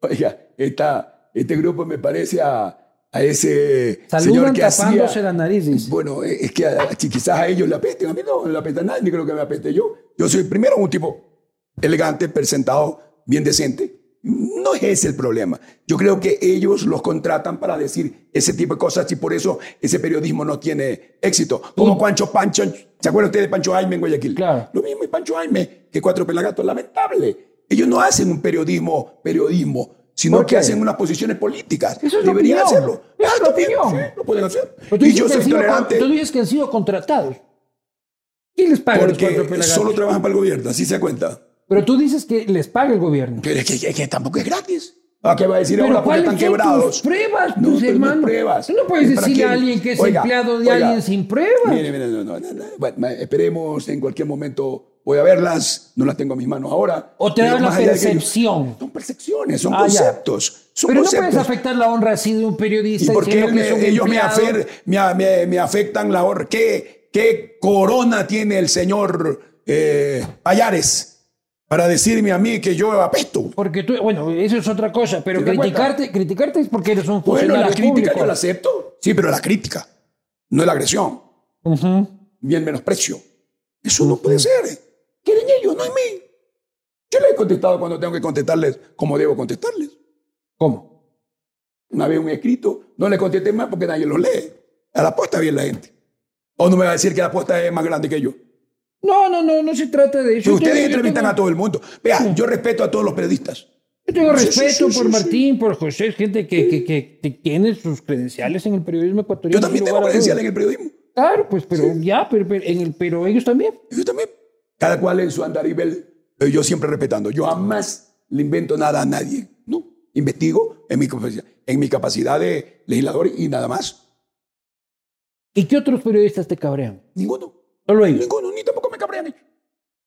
Oiga, esta, este grupo me parece a, a ese señor Saludan que tapándose hacía... la nariz, dice. Bueno, eh, es que a- si quizás a ellos le apesten, a mí no le apesta nadie, ni creo que me apeste yo. Yo soy primero un tipo elegante, presentado, bien decente. No es ese el problema. Yo creo que ellos los contratan para decir ese tipo de cosas y por eso ese periodismo no tiene éxito. Como Pancho Pancho, ¿se acuerdan ustedes de Pancho Jaime en Guayaquil? Claro. Lo mismo y Pancho Jaime que Cuatro Pelagatos, lamentable. Ellos no hacen un periodismo, periodismo, sino ¿Por que qué? hacen unas posiciones políticas. Eso es la Deberían opinión. hacerlo. Esa es la también, opinión. sí, lo pueden hacer. Pero tú Y dices yo que han soy sido con- tolerante. Tú dices que han sido contratados. ¿Quién les paga a los cuatro Porque pelagatos? solo trabajan para el gobierno, así se da cuenta. Pero tú dices que les paga el gobierno. Pero es que, que- que tampoco es gratis. ¿A qué va a decir ahora? Ah, Pero Porque ¿cuáles están son quebrados. tus pruebas, No, tus pero no hermanos? pruebas. Tú no puedes ¿Es para decir a quién? alguien que es Oiga, empleado de oiga, alguien sin pruebas. Mire, mire, no, no, no, no. Bueno, ma- esperemos, en cualquier momento voy a verlas, no las tengo en mis manos ahora. o te Pero da una más allá de que ellos- percepción. Son percepciones, son Ah, ya. conceptos. Son Pero no conceptos. puedes afectar la honra así de un ¿Y periodista. por qué diciendo que me- es un ellos me, empleado? afer- me, a- me- me afectan la hor ¿Qué, qué corona tiene el señor eh, Payares para decirme a mí que yo apesto? Porque tú, bueno, eso es otra cosa, pero ¿Te das cuenta? criticarte, criticarte es porque eres un Bueno, funcionario la crítica público. yo la acepto. Sí, pero la crítica, no la agresión, Ujú. ni el menosprecio. Eso no puede ser. Quieren ellos, no es mí. Yo les he contestado cuando tengo que contestarles como debo contestarles. ¿Cómo? Una vez un escrito, no le contesté más porque nadie lo lee. A la posta bien la gente. O no me va a decir que la posta es más grande que yo. No, no, no, no se trata de Si eso. Yo ustedes tengo- yo entrevistan tengo- a todo el mundo. Vea, yo respeto a todos los periodistas. Yo tengo Sí, sí, respeto sí, sí, por sí. Martín, por José, es gente que, que, que- que tiene sus credenciales en el periodismo ecuatoriano. Yo también sin tengo lugar a credencial dudas. en el periodismo. Claro, pues, pero ya, pero, pero en el, pero ellos también. Yo también. Cada cual en su andarivel, pero eh, yo siempre respetando. Yo jamás le invento nada a nadie. No. Investigo en mi capacidad, en mi capacidad de legislador y nada más. ¿Y qué otros periodistas te cabrean? Ninguno. Solo ellos. Ninguno, ni tampoco me cabrean ellos.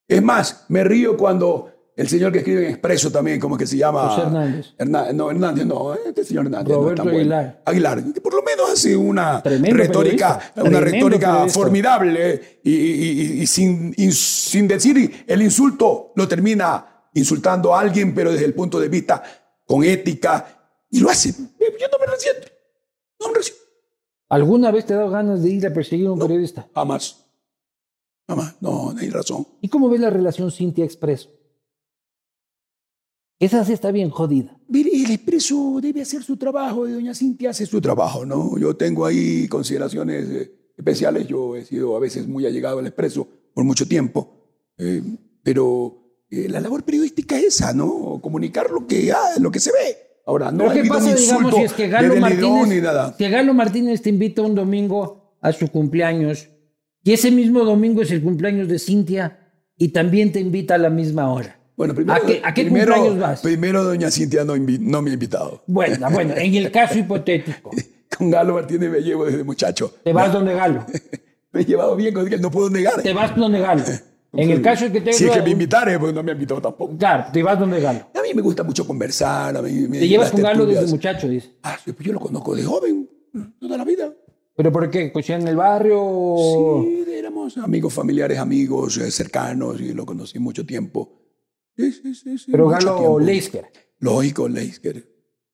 Es más, me río cuando el señor que escribe en Expreso también, como que se llama? José Hernández. Herná- no, Hernández no, este señor Hernández. no es Roberto tan bueno. Aguilar. Aguilar, que por lo menos hace una Tremendo retórica, periodista, una tremendo retórica periodista. formidable eh, y, y- y- y sin, y sin decir el insulto, lo termina insultando a alguien, pero desde el punto de vista con ética, y lo hace. Yo no me resiento, no me resiento. ¿Alguna vez te ha dado ganas de ir a perseguir a un periodista? Jamás. Jamás. No, no hay razón. ¿Y cómo ves la relación Cintia Expreso? Esa sí está bien jodida. Mire, el expreso debe hacer su trabajo, y doña Cintia hace su trabajo, ¿no? Yo tengo ahí consideraciones eh, especiales, yo he sido a veces muy allegado al expreso por mucho tiempo, eh, pero eh, la labor periodística es esa, ¿no? Comunicar lo que, ah, lo que se ve. Ahora, no Pero ha ¿qué habido pasa, un digamos, insulto si es que de Galo Delidón Martínez, ni nada. que Galo Martínez te invita un domingo a su cumpleaños y ese mismo domingo es el cumpleaños de Cintia y también te invita a la misma hora? Bueno, primero, ¿A qué- a qué primero, cumpleaños vas? Primero, doña Cintia no, invi- no me ha invitado. Bueno, bueno, en el caso hipotético, Con Galo Martínez me llevo desde muchacho. te (laughs) vas donde Galo, Me he llevado bien con él, no puedo negar. te vas donde Galo. En el caso de que te Si es que me invitare, pues no me ha invitado tampoco. Claro, te vas donde Galo. A mí me gusta mucho conversar. A mí me Te llevas con las Galo desde tertulias. muchacho, dice. Ah, sí, pues yo lo conozco de joven, toda la vida. ¿Pero por qué? ¿Cocían en el barrio? o- Sí, éramos amigos familiares, amigos eh, cercanos, y lo conocí mucho tiempo. Sí, sí, sí, sí, Pero mucho Galo tiempo. Leisker. Lógico, Leisker.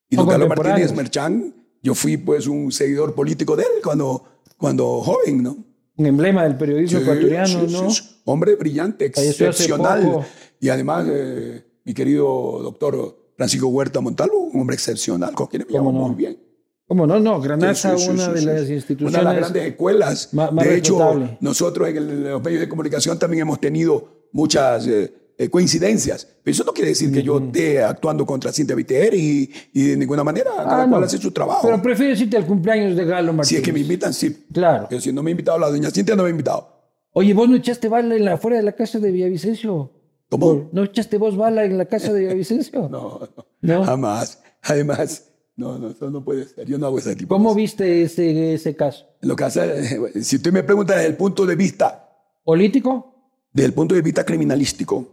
Y Son don Carlos contemporáneos. Martínez Merchán, yo fui pues un seguidor político de él cuando, cuando joven, ¿no? Un emblema del periodismo Sí, ecuatoriano, sí, ¿no? sí, sí. Hombre brillante, Falleció hace poco. excepcional. Y además, eh, mi querido doctor Francisco Huerta Montalvo, un hombre excepcional, con quien me llevo ¿Cómo no? muy bien. ¿Cómo no? No, Granada, Sí, sí, sí, una sí, de sí, las sí. instituciones. Una de las grandes escuelas. ma- más de hecho, respetable. nosotros en el- los medios de comunicación también hemos tenido muchas eh, eh, coincidencias. Pero eso no quiere decir que yo esté actuando contra Cintia Viter y, y de ninguna manera. Cada Ah, cual no. hace su trabajo. Pero prefieres irte al cumpleaños de Galo Martínez. si es que me invitan, sí. Claro. Porque si no me ha invitado la doña Cintia, no me ha invitado. Oye, vos no echaste bala en la, fuera de la casa de Villavicencio. ¿Cómo? Por- ¿No echaste vos bala en la casa de Villavicencio? (laughs) No, no, ¿No? jamás. Además, no, no, eso no puede ser. Yo no hago ese tipo. ¿Cómo viste ese, ese caso? Lo que hace, eh, si tú me preguntas desde el punto de vista, ¿Político? desde el punto de vista criminalístico,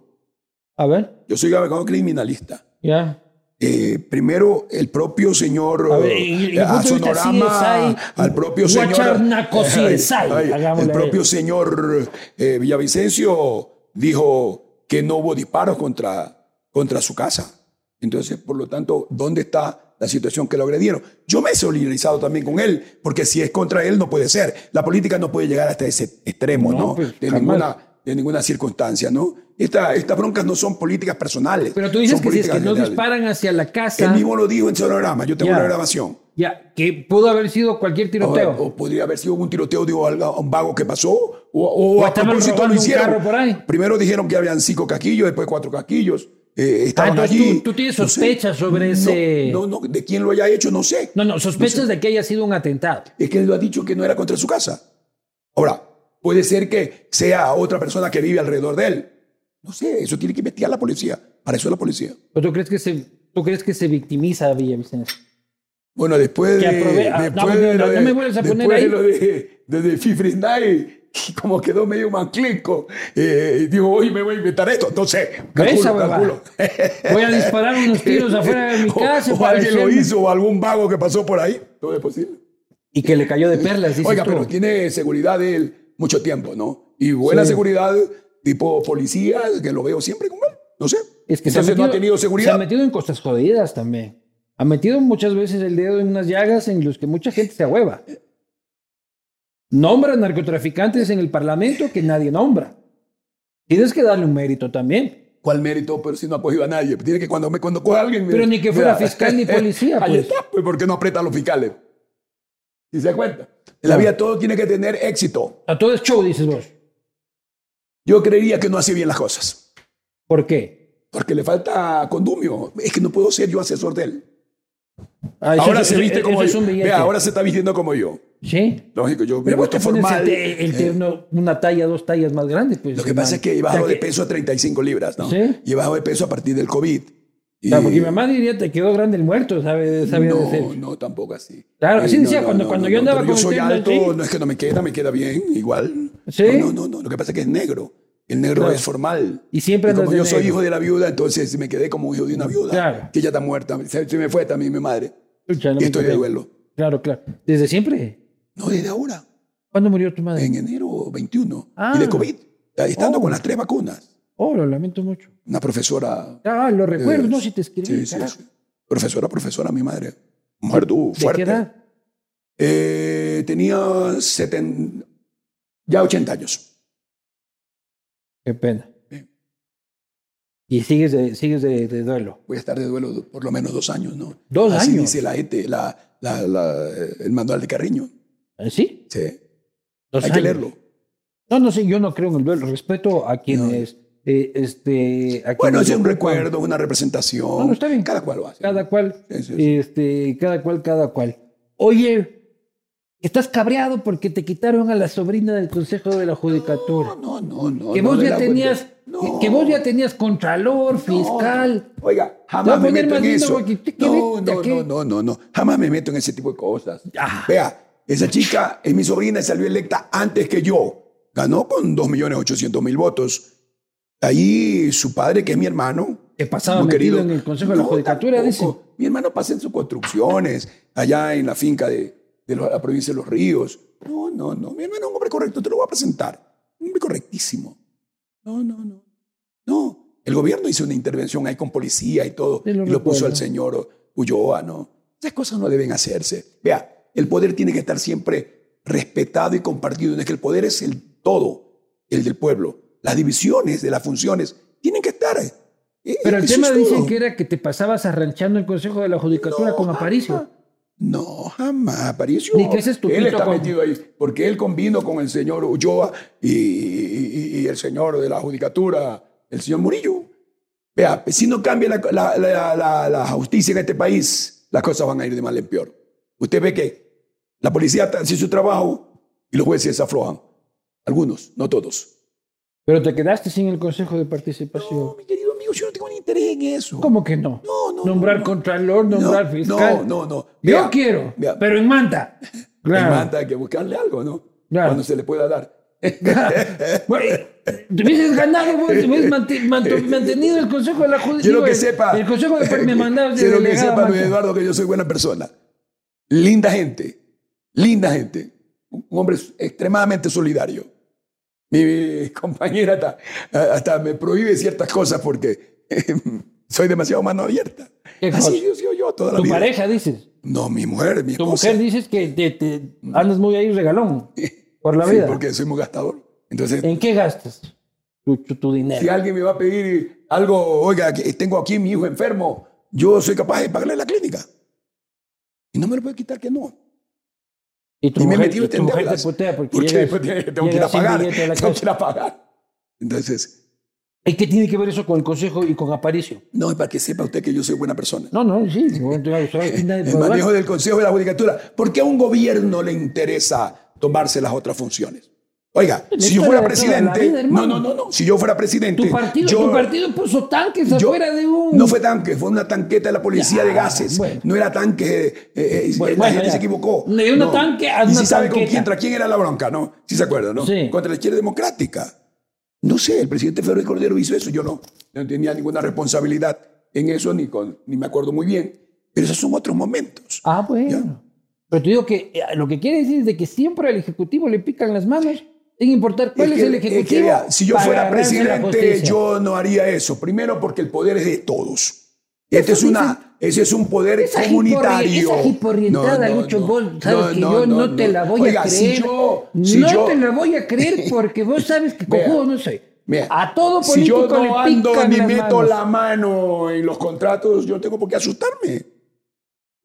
A ver, yo soy abogado criminalista. ya. Eh, primero, el propio señor A ver, eh, y- y- y a punto de vista Sonorama, CSI, al propio watch señor eh, out, naco CSI, hagámosle el a él. propio señor eh, Villavicencio dijo que no hubo disparos contra, contra su casa. Entonces, por lo tanto, ¿dónde está la situación que lo agredieron? Yo me he solidarizado también con él, porque si es contra él no puede ser. La política no puede llegar hasta ese extremo, No, ¿no? pues, de, jamás. ninguna, de ninguna circunstancia, ¿no? Esta- Estas broncas no son políticas personales. Pero tú dices son que si es que políticas no generales. disparan hacia la casa, Él mismo lo dijo en sonorama, yo tengo Ya. la grabación. ya, que pudo haber sido cualquier Ahora, tiroteo. o podría haber sido un tiroteo de algo- a un vago que pasó, o, o O a estaban propósito robando lo un hicieron. carro por ahí. Primero dijeron que habían cinco caquillos, después cuatro caquillos. eh, estaban Ah, entonces allí. tú- tú tienes No sé. sospechas sobre No, ese- No, no, de quién lo haya hecho, no sé. no, no, sospechas de que haya sido un atentado. Es que él lo ha dicho que no era contra su casa. Ahora, puede ser que sea otra persona que vive alrededor de él. No sé, eso tiene que investigar la policía. Para eso es la policía. ¿O tú crees que se, tú crees que se victimiza a Villavicencio? Bueno, después Que de. aprove- ah, después no, de no, lo no de- me vuelvas a después poner ahí. de lo de, de, de Fifty Night, (laughs) como quedó medio manclico, eh, y digo, hoy me voy a inventar esto. No sé, Esa calculo, huevada. calculo. Voy a disparar unos (laughs) (laughs) tiros afuera de mi O- casa. o, para alguien lo hacerme- hizo, o algún vago que pasó por ahí. Todo es posible. Y que le cayó de perlas, dices Oiga, tú. pero tiene seguridad de él mucho tiempo, ¿no? Y buena Sí. seguridad, tipo policía, que lo veo siempre con él. No sé. Es que se Entonces no ha tenido Se ha seguridad. metido en costas jodidas también. Ha metido muchas veces el dedo en unas llagas en las que mucha gente se ahueva. Nombra narcotraficantes en el parlamento que nadie nombra. Tienes que darle un mérito también. ¿Cuál mérito? Pero si no ha cogido a nadie. Tiene que cuando, me, cuando coja a alguien. Pero ni que fuera fiscal ni policía, (laughs) Ahí pues. está, pues, ¿por qué no aprieta a los fiscales? Si se da cuenta. En la vida todo tiene que tener éxito. A todo es show, dices vos. Yo creería que no hace bien las cosas. ¿Por qué? Porque le falta condumio. Es que no puedo ser yo asesor de él. Ah, eso ahora es- se eso- viste eso como es yo. un billete. Vea, ahora se está vistiendo como yo. Sí. Lógico, yo me he Pero vos te puesto pones formal. Eh, el, te- el terno una talla, dos tallas más grande. Pues, Lo que hermano. pasa es que he O sea bajado de que- peso a 35 libras, ¿no? Sí. Y he bajado de peso a partir del COVID. Y- o sea, porque mi mamá diría, te quedó grande el muerto, ¿sabe? sabía no, decir. no, tampoco así. Eh, Claro, así no, decía cuando- cuando yo andaba pero con Yo el soy tema alto, del- no es que no me queda, me queda bien, igual. Sí. No, no, no, no, lo que pasa es que es negro. El negro Claro. es formal. Y siempre andas como de yo soy negro. hijo de la viuda, entonces me quedé como hijo de una viuda. Claro. Que ya está muerta. Se, se me fue también mi madre. Chucha, no y me estoy de acordé. duelo. Claro, claro. Desde siempre. No, desde ahora. ¿Cuándo murió tu madre? En enero 21. Ah. Y de COVID. Estando Oh. con las tres vacunas. Oh, lo lamento mucho. Una profesora. Ah, lo recuerdo, Eh, no, si te escribí. Sí, sí, carajo. sí. Profesora, profesora, mi madre. Mujer tú, ¿De qué fuerte. edad? Eh, tenía seten- ya 80 años. Qué pena. Y sigues de, sigues de, de duelo. Voy a estar de duelo do- por lo menos dos años, ¿no? Dos Así años. dice la, ETE, la, la- la- el manual de Carriño. ¿Eh, ¿Sí? Sí. Dos Hay que años. leerlo. No, no sé, yo no creo en el duelo. Respeto a No. quienes. eh, este, a Bueno, quienes- es un recuerdo, una representación. Bueno, está bien. Cada cual lo hace. Cada cual, Sí, sí, sí. este, cada cual, cada cual. Oye, estás cabreado porque te quitaron a la sobrina del Consejo de la Judicatura. No, no, no. que no, vos de ya la- tenías, No. que vos ya tenías contralor, fiscal. No, Oiga, Te voy jamás a me poner meto en más lindo eso. porque te- que No, vete no, aquí. no, no, no, no. Jamás me meto en ese tipo de cosas. Ah. Vea, esa chica es mi sobrina y salió electa antes que yo. Ganó con 2.800.000 votos. Ahí su padre, que es mi hermano. Te pasaba muy metido en el Consejo de la No, Judicatura, dice. tampoco. E- Mi hermano pasa en sus construcciones, allá en la finca de, de lo- la provincia de Los Ríos. No, no, no. Mi hermano es un hombre correcto, te lo voy a presentar. Un hombre correctísimo. No, no, no. No, el gobierno hizo una intervención ahí con policía y todo, Sí, y lo lo puso recuerdo. al señor Ulloa, ¿no? Esas cosas no deben hacerse. Vea, el poder tiene que estar siempre respetado y compartido. Es que el poder es el todo, el del pueblo. Las divisiones de las funciones tienen que estar. eh, Pero el eso tema es dicen todo. que era que te pasabas arranchando el Consejo de la Judicatura No, con Aparicio. jamás. No, jamás, Aparicio. Ni que ese estupito Él está con- metido ahí, porque él convino con el señor Ulloa y, y- y el señor de la judicatura, el señor Murillo. Vea, si no cambia la, la- la- la- la justicia en este país, las cosas van a ir de mal en peor. Usted ve que la policía hace su trabajo y los jueces se aflojan. Algunos, no todos. Pero te quedaste sin el Consejo de Participación. No, mi querido amigo, yo no tengo ni interés en eso. ¿Cómo que no? No, no, nombrar no, no. contralor, nombrar no, fiscal. No, no, no. Yo Vea, quiero, vea. pero en manta. Claro. Claro. hay que buscarle algo, ¿no? Claro. Cuando se le pueda dar. Bueno, eh, Te hubieses ganado, vos, te hubieses manti- (laughs) mantu- mantenido el Consejo de la Judicatura. Quiero que sepa. Pues El Consejo de Par- me mandaba de (laughs) Quiero que delegado a sepa, Luis Manta. Eduardo, que yo soy buena persona. Linda gente. Linda gente. Un hombre extremadamente solidario. Mi (laughs) compañera hasta, hasta me prohíbe ciertas cosas porque (laughs) soy demasiado mano abierta. ¿Qué Así cosa? yo soy yo toda la Tu vida. pareja, dices. No, mi mujer, mi Tu esposa. (laughs) mujer dices que te, te andas muy ahí regalón por la Sí, vida. porque soy muy gastador. Entonces, ¿En qué gastas tu, tu- tu dinero? Si alguien me va a pedir algo, oiga, que tengo aquí mi hijo enfermo, yo soy capaz de pagarle la clínica. Y no me lo puede quitar que no. y tu y me he mujer, metido y tu en mujer deudas. te putea porque, Porque llegas- después tiene- tengo que ir a llegas sin pagar. billete a la (laughs) Tengo que casa. ir a pagar. Entonces, ¿Y qué tiene que ver eso con el Consejo y con Aparicio? no es para que sepa usted que yo soy buena persona. No, no, sí. bueno, (laughs) tú sabes que nadie- El manejo del Consejo de la Judicatura. ¿Por qué a un gobierno le interesa tomarse las otras funciones? Oiga, Le si yo está fuera de toda la presidente. vida, no, hermano. no, no, no. Si yo fuera presidente. Tu partido, Este, yo, tu partido puso tanques Yo- afuera de un. No fue tanque, fue una tanqueta de la policía Ya, de gases. bueno. No era tanque, eh, eh, Bueno, la bueno, gente ya. se equivocó. De una tanque a y una si sabe con tanqueta. quién, tra- quién era la bronca, ¿no? Si se acuerda, ¿no? Sí. Contra la izquierda democrática. No sé, el presidente Ferrer Cordero hizo eso, yo no. No tenía ninguna responsabilidad en eso, ni, con, ni me acuerdo muy bien. Pero esos son otros momentos. Ah, bueno. Ya. Pero te digo que eh, lo que quiere decir es de que siempre al Ejecutivo le pican las manos, sin importar cuál es, que- el que, Ejecutivo. vea, si yo para fuera agarrarse la presidente, justicia. yo no haría eso. Primero, porque el poder es de todos. Este Eso es una, ese es un poder Esa comunitario. hiporri- esa hiporrientada, Lucho, vos sabes que yo no, te la voy Oiga, a creer. Si yo, si no yo- te la voy a (laughs) creer porque vos sabes que Vea, cojudo no soy. mira, a todo político si yo no le ando pican ni las meto manos. la mano en los contratos, yo no tengo por qué asustarme.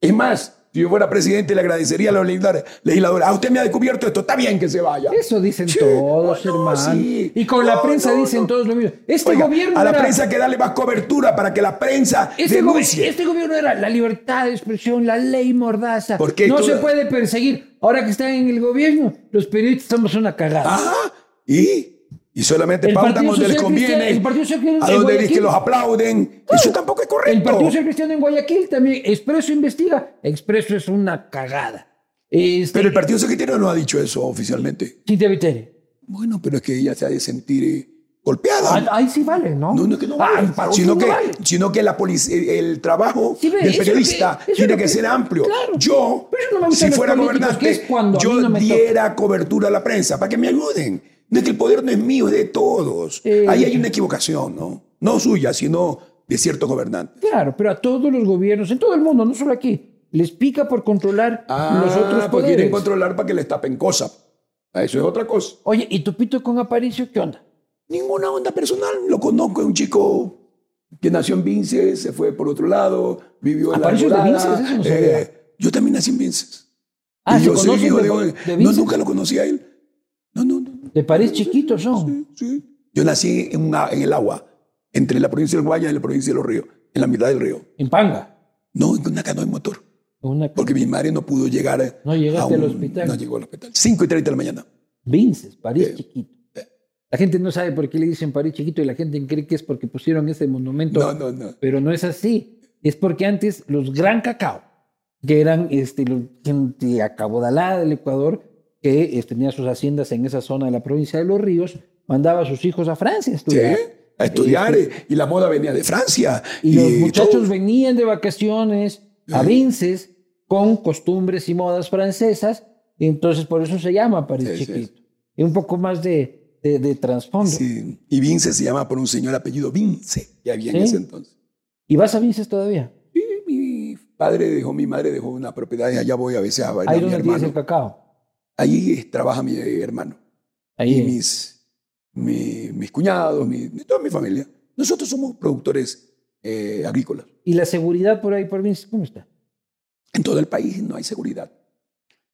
Es más, si yo fuera presidente, le agradecería a los legisladores. legisladores, Ah, usted me ha descubierto esto, está bien que se vaya. Eso dicen Sí, todos, no, hermano. sí. Y con No, la prensa no, dicen no. todos lo mismo. Este Oiga, gobierno a la era- prensa hay que darle más cobertura para que la prensa Este, gobi- denuncie. este gobierno era la libertad de expresión, la ley mordaza. ¿Por qué no se toda- puede perseguir. Ahora que están en el gobierno, los periodistas somos una cagada. Ajá. Y, y solamente El pautan Partido donde les Social conviene, Cristiano- el Partido Social a en donde es Guayaquil. que los aplauden. Eso tampoco es el correcto. Partido Social Cristiano en Guayaquil también. Expreso investiga. Expreso es una cagada. Este, Pero el Partido Social Cristiano no ha dicho eso oficialmente. Cintia Viteri. Bueno, pero es que ella se ha de sentir eh, golpeada. Ah, Ahí sí vale, ¿no? No, no es que no Ah, vale, para sino, otros que, no vale. sino que la polic- el, el trabajo Sí, ve, del eso es lo periodista que- eso es tiene lo que, que- ser amplio. claro. yo, Pero eso no me gusta si los fuera políticos, que es gobernante, cuando a mí yo no me toca. diera cobertura a la prensa para que me ayuden. No es que el poder no es mío, es de todos. Eh. Ahí hay una equivocación, ¿no? No suya, sino de ciertos gobernantes. Claro, pero a todos los gobiernos, en todo el mundo, no solo aquí, les pica por controlar los otros pues poderes. quieren controlar para que les tapen cosas. Ah, Eso es otra cosa. Oye, ¿y tu pito con Aparicio qué onda? Ninguna onda personal. Lo conozco, es un chico que nació en Vinces, se fue por otro lado, vivió en la ¿Aparicio es de Alborada, Vinces? Eso no sabía. eh, yo también nací en Vinces. Ah, y ¿se yo soy conocen hijo de- de, de No, Vinces? nunca lo conocí a él. No, no, no. De París chiquitos son. Sí. Yo nací en, una- en el agua, entre la provincia del Guaya y la provincia de Los Ríos, en la mitad del río. En Panga. No, en una canoa de motor, Una porque mi madre no pudo llegar. a- No llegaste a al un- hospital. No llegó al hospital. 5 y 30 de la mañana. Vinces, París Eh, chiquito. La gente no sabe por qué le dicen París chiquito y la gente cree que es porque pusieron ese monumento. No, no, no. Pero no es así. Es porque antes los Gran Cacao, que eran este, los- gente acabodalada del Ecuador, que eh, tenía sus haciendas en esa zona de la provincia de Los Ríos, mandaba a sus hijos a Francia a Sí, estudiar. a estudiar. eh, Y la moda venía de Francia. Y los muchachos todo. venían de vacaciones a Vinces con costumbres y modas francesas, y entonces por eso se llama París Sí, sí, Chiquito. Y un poco más de, de, de trasfondo. Sí, Y Vince se llama por un señor apellido Vince, que había en Sí. ese entonces. ¿Y vas a Vinces todavía? Y mi padre dejó, mi madre dejó unas propiedades, allá voy a veces a bailar Ahí a mi donde tienes el hermano. cacao. Ahí eh, trabaja mi hermano. Ahí. y mis, mi- mis cuñados, mi, toda mi familia. Nosotros somos productores eh, agrícolas. ¿Y la seguridad por ahí, por Vinces, cómo está? En todo el país no hay seguridad.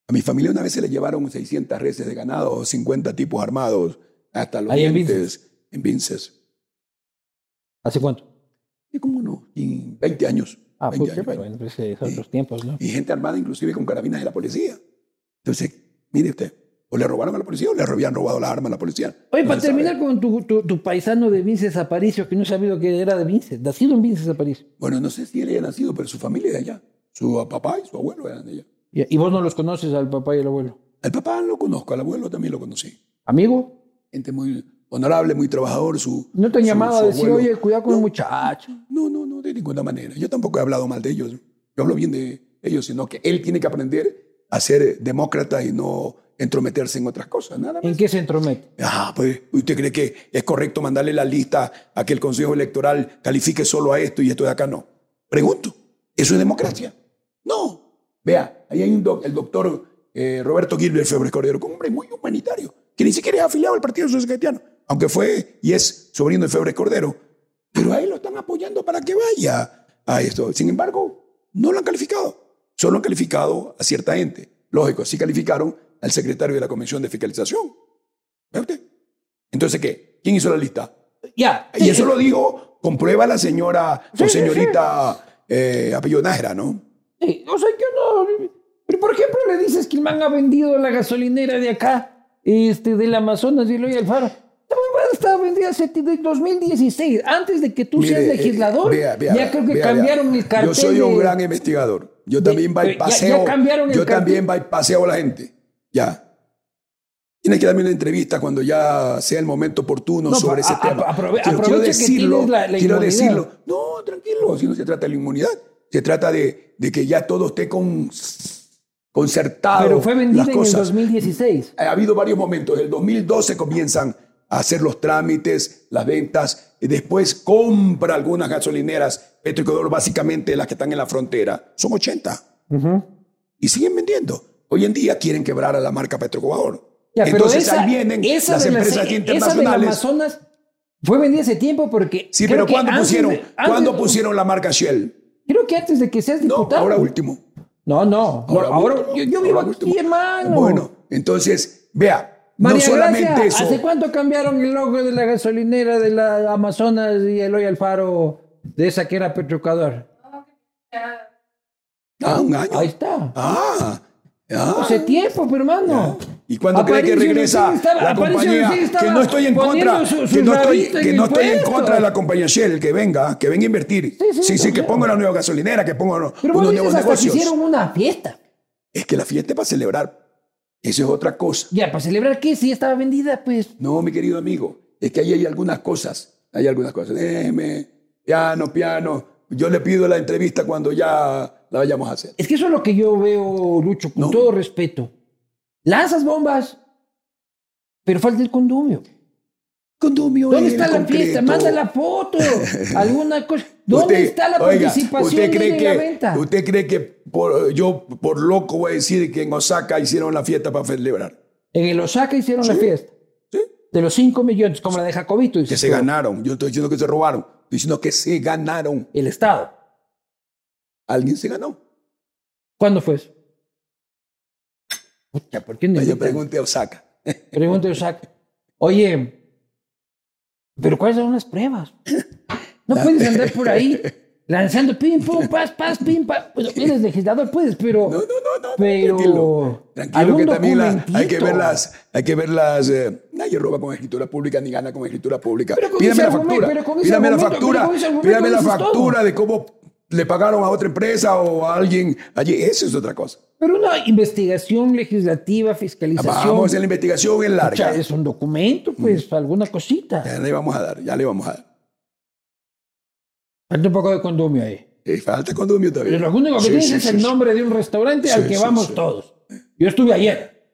A mi familia una vez se le llevaron 600 reses de ganado, 50 tipos armados, hasta los Ahí en dientes, en Vinces. ¿Hace cuánto? Y como no, y 20 años. Ah, 20 pues, años, pero bueno, pues, eh, son Sí. otros tiempos, ¿no? Y gente armada inclusive con carabinas de la policía. Entonces, mire usted, o le robaron a la policía o le habían robado las armas a la policía. Oye, No para se sabe. terminar con tu, tu, tu paisano de Vinces Aparicio, que no he sabido que era de Vinces, nacido en Vinces Aparicio. Bueno, no sé si él haya nacido, pero su familia es de allá. Su papá y su abuelo eran de allá. Y, y vos no los conoces al papá y al abuelo. Al papá lo conozco, al abuelo también lo conocí. ¿Amigo? Gente muy honorable, muy trabajador. Su, ¿No te han su- llamado a su decir, abuelo. oye, cuidado con el No. muchacho? No, no, no, de ninguna manera. Yo tampoco he hablado mal de ellos. Yo hablo bien de ellos, sino que él tiene que aprender a ser demócrata y no entrometerse en otras cosas, nada más. ¿En qué se entromete? Ah, pues, ¿usted cree que es correcto mandarle la lista a que el Consejo Electoral califique solo a esto y esto de acá no? Pregunto, ¿eso es democracia? No. Vea, ahí hay un doc- el doctor eh, Roberto Gilbert Febre Cordero, que es un hombre muy humanitario, que ni siquiera es afiliado al Partido Social Cristiano, aunque fue y es sobrino de Febre Cordero, pero ahí lo están apoyando para que vaya a esto. Sin embargo, no lo han calificado. Solo han calificado a cierta gente. Lógico, sí calificaron al secretario de la Comisión de Fiscalización. ¿Ve usted? Entonces, ¿qué? ¿Quién hizo la lista? Ya. Y eso lo digo, comprueba la señora Sí, o sí, sí. señorita eh, apellido Nájera, ¿no? Sí, o sea, yo no. Pero por ejemplo, le dices que el man ha vendido la gasolinera de acá, este, del Amazonas y Eloy Alfaro. Esta huevada Estaba vendida hace desde 2016, antes de que tú Mire, seas eh, legislador. vea, vea, ya creo que vea, cambiaron vea. el cartel. Yo soy un de- gran investigador. Yo también de- ya- ya bypaseo. cambiaron el yo cartel. también bypaseo a la gente. Ya. Tienes que darme una entrevista cuando ya sea el momento oportuno No, sobre a- ese a- tema. aprove- Pero aprovecha que tienes la- la quiero inmunidad. decirlo. No, tranquilo, si no se trata de la inmunidad. Se trata de, de que ya todo esté con, concertado. Pero fue vendida las en el cosas. 2016. Ha habido varios momentos. En el 2012 comienzan a hacer los trámites, las ventas, y después compra algunas gasolineras, Petrocodor, básicamente las que están en la frontera. Son 80 y siguen vendiendo. Hoy en día quieren quebrar a la marca Petrocodor. Ya, pero Entonces esa- ahí vienen esa las de empresas Esa del internacionales. Amazonas fue vendida hace tiempo porque. sí, creo pero que ¿cuándo antes de- pusieron, antes- ¿cuándo pusieron la marca Shell? Creo que antes de que seas No, diputado. ahora último. No, no. no, Ahora, yo, yo vivo ahora aquí, último. hermano. Bueno, entonces, vea, María no solamente Gracia, eso. ¿hace cuánto cambiaron el logo de la gasolinera de la Amazonas y Eloy Alfaro de esa que era Petrocador? Ah, un año. Ahí está. Ah, ah. Hace tiempo, pero hermano. ¿Y cuándo cree Aparicio que regresa Lucín estaba- la Aparicio compañía? Lucín estaba Que no estoy en poniendo contra, su- que sus no estoy, rabitas que en no el estoy en puesto. contra de la compañía Shell, que venga, que venga a invertir. Sí, sí, Sí, sí, claro. que ponga una nueva gasolinera, que ponga uno- Pero vos unos dices Pues nuevos hasta negocios. que hicieron una fiesta. Es que la fiesta es para celebrar. Eso es otra cosa. Ya, para celebrar que si estaba vendida, pues. No, mi querido amigo, es que ahí hay algunas cosas. Hay algunas cosas. Déjeme, piano, piano. Yo le pido la entrevista cuando ya la vayamos a hacer. Es que eso es lo que yo veo, Lucho, con No. todo respeto. Lanzas bombas, pero falta el condumio. Condomio ¿Dónde en está la fiesta? concreto. Manda la (laughs) foto, alguna cosa. ¿Dónde Usted- está la oiga, participación ¿usted de cree él en que, la venta? ¿Usted cree que por- yo por loco voy a decir que en Osaka hicieron la fiesta para celebrar? En el Osaka hicieron la fiesta. ¿Sí? de los 5 millones, como la de Jacobito, Que dices se tú, ganaron. Yo no estoy diciendo que se robaron. Estoy diciendo que se ganaron. el Estado. Alguien se ganó. ¿Cuándo fue eso? Puta, ¿por qué no Yo invitan? pregunté a Osaka. Pregunta Isaac, oye, ¿pero cuáles son las pruebas? No puedes andar por (laughs) ahí lanzando pim, pum, pas, pas, pim, pas. Bueno, eres legislador, puedes, pero... No, no, no, no, no. Pero- tranquilo. Tranquilo, que algún también la- hay que documentito. ver las. Hay que ver las eh, nadie roba con escritura pública ni gana con escritura pública. Pero con pídame ese la argumento, factura. pero con ese Pídame la argumento, factura. pero con ese argumento Pídame la dices todo. factura de cómo le pagaron a otra empresa o a alguien allí. Eso es otra cosa. Pero una investigación legislativa, fiscalización... Ah, Vamos a hacer la investigación en o sea, larga. es un documento, pues, Mm. alguna cosita. Ya le vamos a dar, ya le vamos a dar. Falta un poco de condumio ahí. Eh, falta condumio todavía. Pero lo único que Sí, tienes sí, es sí, el sí. nombre de un restaurante al Sí, que sí, vamos sí. todos. Yo estuve ayer.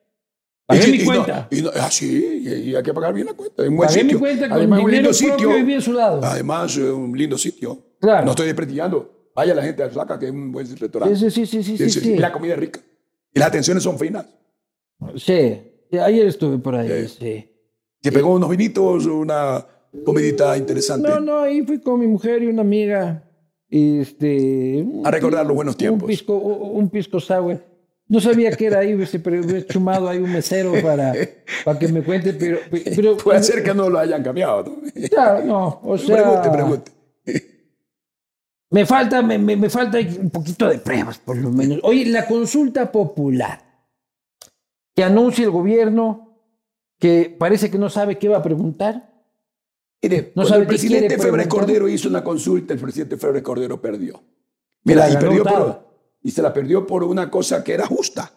Pagué Y- mi y no- cuenta. y no- ah, sí, y, y hay que pagar bien la cuenta. Es un buen Pagué mi sitio. cuenta con Además, es un dinero lindo propio sitio. Ah, y bien sudado. Además, es un lindo sitio. Claro. No estoy desprestigiando. Vaya la gente al Saca, que es un buen restaurante. Sí, sí, sí, sí, sí, sí, Sí, sí, sí. Y la comida es rica. Y las atenciones son finas. Sí, sí, ayer estuve por ahí, sí. Se pegó unos vinitos, una comidita interesante. No, no, ahí fui con mi mujer y una amiga. Este, un- A recordar los buenos un tiempos. pisco, u- un pisco sour. No sabía que era ahí, hubiese- pero hubiese chumado ahí un mesero para, para que me cuente, pero, (laughs) pero (laughs) Puede ser que no lo hayan cambiado. ¿no? Ya, no, o sea, pregunte, pregunte. me falta, me, me- me falta un poquito de pruebas, por lo menos. Oye, la consulta popular que anuncia el gobierno que parece que no sabe qué va a preguntar. Mire, No cuando sabe el qué quiere presidente Febres preguntar. Cordero hizo una consulta, el presidente Febres Cordero perdió. Mira, y, ganó perdió Taba. por, y se la perdió por una cosa que era justa,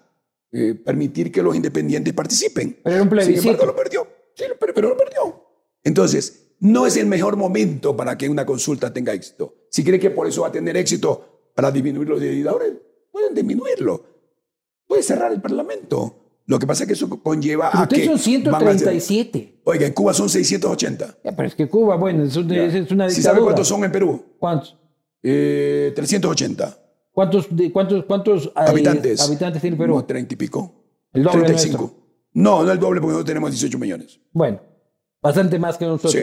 eh, permitir que los independientes participen. Pero era un Sin plebiscito. embargo, lo perdió. Sí, lo- pero, pero lo perdió. Entonces, no es el mejor momento para que una consulta tenga éxito. Si cree que por eso va a tener éxito para disminuir los legisladores, pueden disminuirlo. Puede cerrar el Parlamento. Lo que pasa es que eso conlleva a que... Ustedes son van a hacer- 137. Oiga, en Cuba son 680. Ya, pero es que Cuba, bueno, es, un- es una dictadura. ¿Sí sabe cuántos son en Perú? ¿Cuántos? Eh, 380 ¿Cuántos, de- cuántos, cuántos, eh, habitantes. habitantes tiene Perú? No, 30 y pico. El doble de 35. No, no el doble porque no tenemos 18 millones. Bueno, bastante más que nosotros. Sí.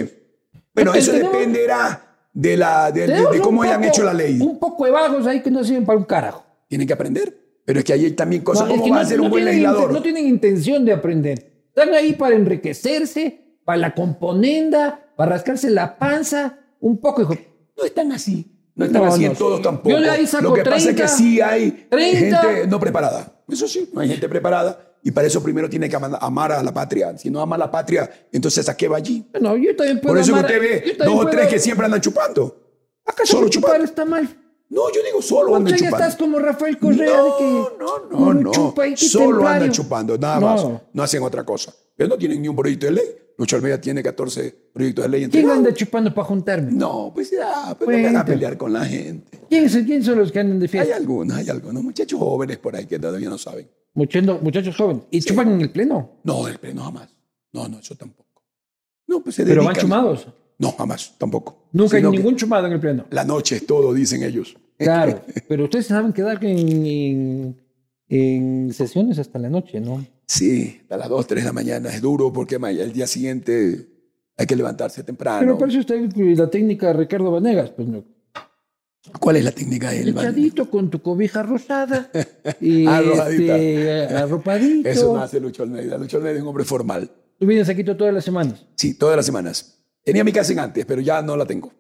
Pero Entonces, eso tenemos- dependerá de, la, de, de- Tenemos de un cómo hayan poco- hecho la ley. Un poco de vagos ahí que no sirven para un carajo. Tienen que aprender. Pero es que ahí hay también cosas. No, es ¿Cómo que va no- a ser no un buen tienen legislador? inten- No tienen intención de aprender. Están ahí para enriquecerse, para la componenda, para rascarse la panza, un poco. Hijo. No están así. No están No, así no. en todos tampoco. Yo de ahí saco Lo que pasa es que 30, sí hay 30. gente no preparada. Eso sí, no hay gente preparada. Y para eso primero tiene que ama- amar a la patria. Si no ama a la patria, entonces ¿a qué va allí? Bueno, yo también puedo Por eso amar- que usted yo ve también dos o puedo- tres que siempre andan chupando. Acá ¿Acaso solo chupar chupando. está mal? No, yo digo solo O andan sea, ya chupando. estás como Rafael Correa de que no, no, no, uno no. chupa y que Solo templario. andan chupando, nada No. más. No hacen otra cosa. Pero no tienen ni un proyecto de ley. Lucho Almeida tiene 14 proyectos de ley. ¿Quién entregados. anda chupando para juntarme? No, pues ya, pero no me Cuenta. a pelear con la gente. ¿Quién, son- quién son los que andan de Hay fiesta? algunos, hay algunos muchachos jóvenes por ahí que todavía no saben. Muchendo- muchachos jóvenes. ¿Y chupan en el pleno? No, del pleno jamás. No, no, eso tampoco. No, pues se ¿Pero van dedican. chumados? No, jamás, tampoco. Nunca hay Sino que ningún chumado en el pleno. La noche es todo, dicen ellos. (laughs) Claro, pero ustedes saben quedar en, en, en sesiones hasta la noche, ¿no? Sí, hasta las 2, 3 de la mañana es duro porque ma- el día siguiente hay que levantarse Pero temprano. por eso está la técnica de Ricardo Vanegas, pues no. ¿Cuál es la técnica del baño? Echadito con tu cobija rosada (laughs) y Ah, Arropadita. este, arropadito. Eso no hace Lucho Almeida. Lucho Almeida es un hombre formal. Tú vienes aquí todas las semanas. Sí, todas las semanas. Tenía mi casa en antes, pero ya no la tengo.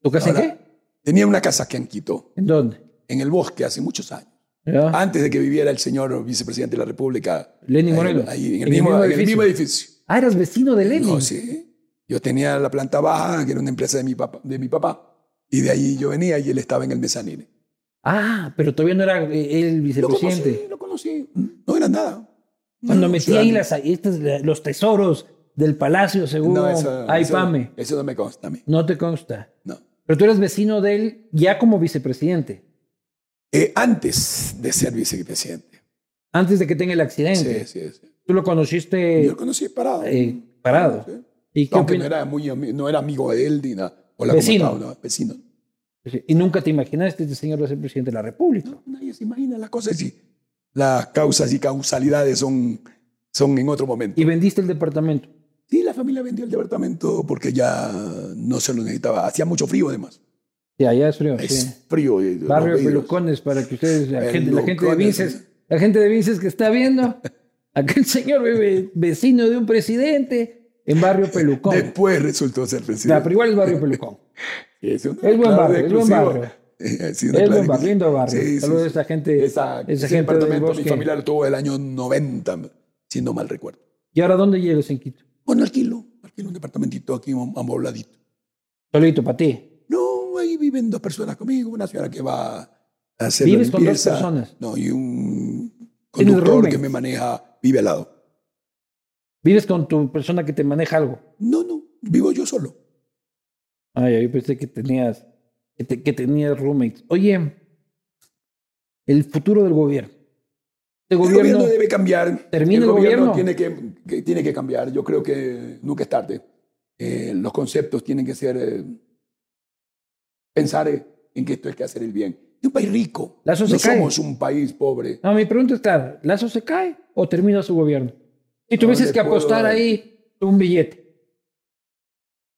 ¿Tu casa en Ahora, qué? Tenía una casa que en Quito, ¿En dónde? en el bosque, hace muchos años. ¿Ya? Antes de que viviera el señor vicepresidente de la República. Lenin Ah, Ahí- Moreno. ahí, en, el mismo, en el mismo edificio. Ah, eras vecino de Lenin. No, sí. Yo tenía la planta baja, que era una empresa de mi papá. De mi papá y de ahí yo venía y él estaba en el mezanine. Ah, pero todavía no era eh, el Lo vicepresidente. conocí, lo conocí. No era nada. Cuando No, metí ciudadano. ahí las, estas- la- los tesoros del palacio, según No, Ay eso, eso- Pame. eso no me consta a mí. No te consta. No. Pero tú eres vecino de él ya como vicepresidente, Eh, antes de ser vicepresidente. antes de que tenga el accidente. Sí, sí, sí. Tú lo conociste Yo lo conocí parado. eh, parado. Sí. ¿Y, qué Aunque no opin- era, muy, ami- no era amigo de él ni nada. Hola, ¿cómo Vecino. está? Hola, vecino. y nunca te imaginaste este señor va a ser presidente de la República. Nadie se imagina las cosas. Y las causas y causalidades son, son en otro momento. Y vendiste el departamento. Sí, la familia vendió el departamento porque ya no se lo necesitaba. Hacía mucho frío, además. Sí, allá es frío. sí. Es frío. eh, los Barrio vidrios. Pelucones para que ustedes, la gente, la gente de Pelucones. Vinces, la gente de Vinces que está (laughs) viendo, aquel señor vive vecino de un presidente en Barrio Pelucón. Después resultó ser La, pero presidente. igual es Barrio Pelucón. Es, una Es buen clave barrio, es buen exclusiva. barrio. (laughs) Eh, sí, una Es clave buen barrio, lindo barrio. Sí, sí, Saludos sí. a esa gente, Esa, esa ese gente del departamento mi bosque. familia lo tuvo el año 90, si no mal recuerdo. ¿Y ahora dónde llegas en Quito? Bueno, alquilo, alquilo un departamentito aquí am- amobladito. Solito para ti. No, ahí viven dos personas conmigo, una señora que va a hacer ¿Vives la con dos limpieza. personas? No, y un ¿Tienes conductor que roommates? me maneja, vive al lado. ¿Vives con tu persona que te maneja algo? No, no, vivo yo solo. Ay, yo pensé que tenías, que, te- que tenías roommates. Oye, el futuro del gobierno. Este El gobierno, gobierno, debe cambiar. termina el gobierno. Tiene que, que tiene que cambiar. Yo creo que nunca es tarde. Eh, los conceptos tienen que ser eh, pensar eh, en que esto hay que hacer el bien. Y un país rico. La no sociedad. somos un país pobre. No, mi pregunta es clara. ¿Lazo se cae o termina su gobierno? Si tuvieses le que puedo apostar dar. ahí un billete.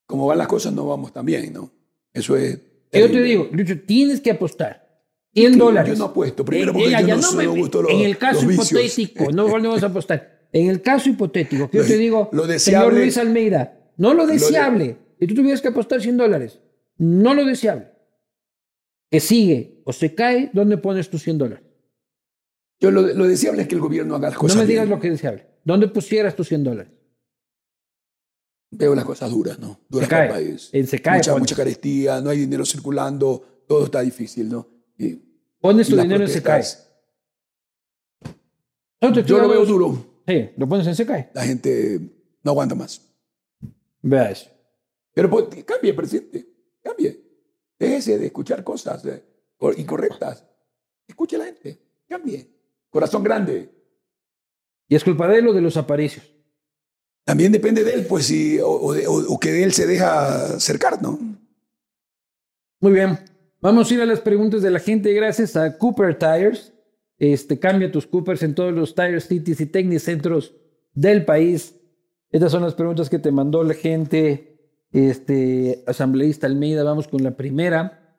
Como van las cosas, no vamos tan bien, ¿no? Eso es. Yo te terrible. digo, Lucho, tienes que apostar. 100 Que dólares. Yo no apuesto. Primero Eh, porque mira, yo ya no, me- soy me gusto los En el caso los vicios. hipotético, no volvemos a apostar. En el caso hipotético, que yo Lo- te digo, lo señor deseable- Luis Almeida, no lo deseable. Si tú tuvieras que apostar 100 dólares, no lo deseable. Que sigue o se cae, ¿dónde pones tus 100 dólares? Yo lo, lo deseable es que el gobierno haga las No cosas me digas bien. lo que es deseable. ¿Dónde pusieras tus 100 dólares? Veo las cosas duras, ¿no? Duras Se para el cae. país. Eh, se cae, mucha, Juan. mucha carestía, no hay dinero circulando, todo está difícil, ¿no? Y- Pones y tu las dinero en se cae. protestas, No, te estoy Yo lo veo hablando- duro. Sí, lo pones en se cae. La gente no aguanta más. Vea eso. Pero pues, que cambie, presidente. Cambie. Déjese de escuchar cosas eh, cor- incorrectas. Escuche a la gente. Cambie. Corazón grande. Y es culpa de él o de los aparicios. También depende de él, pues, si, o, o de- o- o que de él se deja cercar, ¿no? Muy bien. Vamos a ir a las preguntas de la gente. Gracias a Cooper Tires. Este, cambia tus Coopers en todos los Tire Cities y Tecnicentros del país. Estas son las preguntas que te mandó la gente. Este, asambleísta Almeida, vamos con la primera.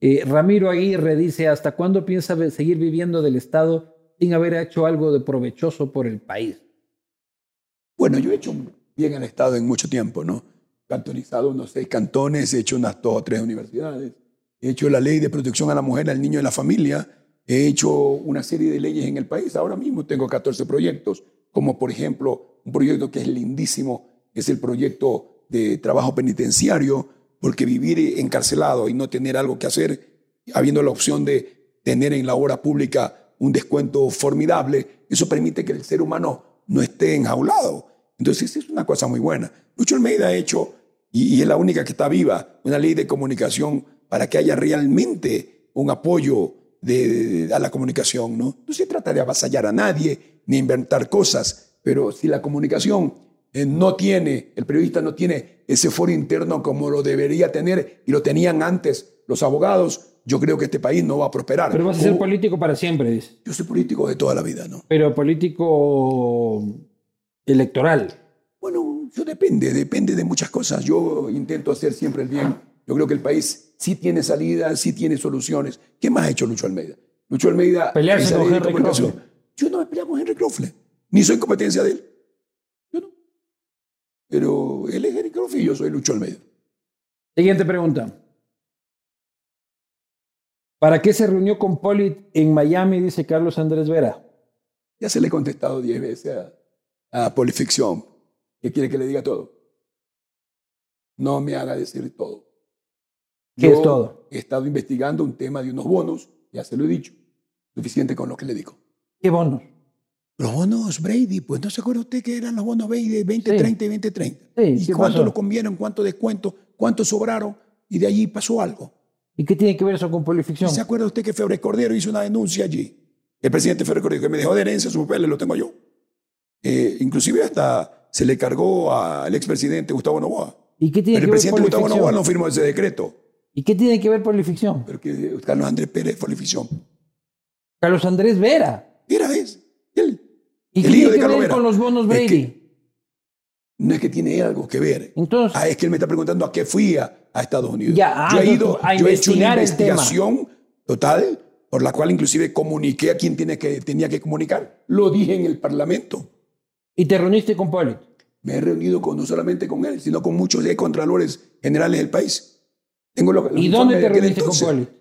Eh, Ramiro Aguirre dice: ¿Hasta cuándo piensa ve- seguir viviendo del Estado sin haber hecho algo de provechoso por el país? Bueno, yo he hecho bien al Estado en mucho tiempo, ¿no? Cantonizado unos seis cantones, he hecho unas dos o tres universidades, he hecho la ley de protección a la mujer, al niño y a la familia, he hecho una serie de leyes en el país. Ahora mismo tengo 14 proyectos, como por ejemplo un proyecto que es lindísimo, es el proyecto de trabajo penitenciario, porque vivir encarcelado y no tener algo que hacer, habiendo la opción de tener en la obra pública un descuento formidable, eso permite que el ser humano no esté enjaulado. Entonces es una cosa muy buena. Lucho Almeida ha hecho, y, y es la única que está viva, una ley de comunicación para que haya realmente un apoyo de- de- de- a la comunicación. ¿no? no se trata de avasallar a nadie ni inventar cosas, pero si la comunicación eh, no tiene, el periodista no tiene ese foro interno como lo debería tener y lo tenían antes los abogados, yo creo que este país no va a prosperar. Pero vas a ser Como- político para siempre, dice. yo soy político de toda la vida, ¿no? Pero político electoral. Bueno, yo depende, depende de muchas cosas. Yo intento hacer siempre el bien. Yo creo que el país sí tiene salidas, sí tiene soluciones. ¿Qué más ha hecho Lucho Almeida? Lucho Almeida... Pelearse esa con ley de Henry comunicación. Crofle. Yo no me peleo con Henry Crofle, ni soy competencia de él. Yo no. Pero él es Henry Crofle y yo soy Lucho Almeida. Siguiente pregunta. ¿Para qué se reunió con Polit en Miami? Dice Carlos Andrés Vera. Ya se le he contestado diez veces a, a Polificción, que quiere que le diga todo. No me haga decir todo. ¿Qué es todo? He estado investigando un tema de unos bonos, ya se lo he dicho. Suficiente con lo que le digo. ¿Qué bonos? Los bonos Brady, pues no se acuerda usted que eran los bonos Brady 20, Sí. 30 y 20, 30. Sí, ¿Y ¿qué cuánto pasó? lo convieron? ¿Cuánto descuento? ¿Cuánto sobraron? Y de allí pasó algo. ¿Y qué tiene que ver eso con Polificción? ¿Se acuerda usted que Febres Cordero hizo una denuncia allí? El presidente Febres Cordero, que me dejó de herencia sus papeles, lo tengo yo. Eh, inclusive hasta se le cargó al expresidente Gustavo Novoa. ¿Y qué tiene Pero el que ver presidente Gustavo Novoa Polificción? no firmó ese decreto. ¿Y qué tiene que ver Polificción? Pero que Carlos Andrés Pérez fue la ficción. Carlos Andrés Vera. Era ese, él. ¿Y El qué tiene hijo de que Carlos ver Vera. con los bonos Es que- Brady? no es que tiene algo que ver. Entonces- ah, es que él me está preguntando a qué fui a, a Estados Unidos. Ya, ah, yo he no, ido, a yo he hecho una investigar el tema. investigación total por la cual inclusive comuniqué a quien tiene que, tenía que comunicar. Lo dije en el Parlamento. Y te reuniste con Pollitt. Me he reunido con, no solamente con él, sino con muchos de contralores generales del país. Tengo los- los ¿Y informes dónde de te aquel reuniste con entonces. Pollitt?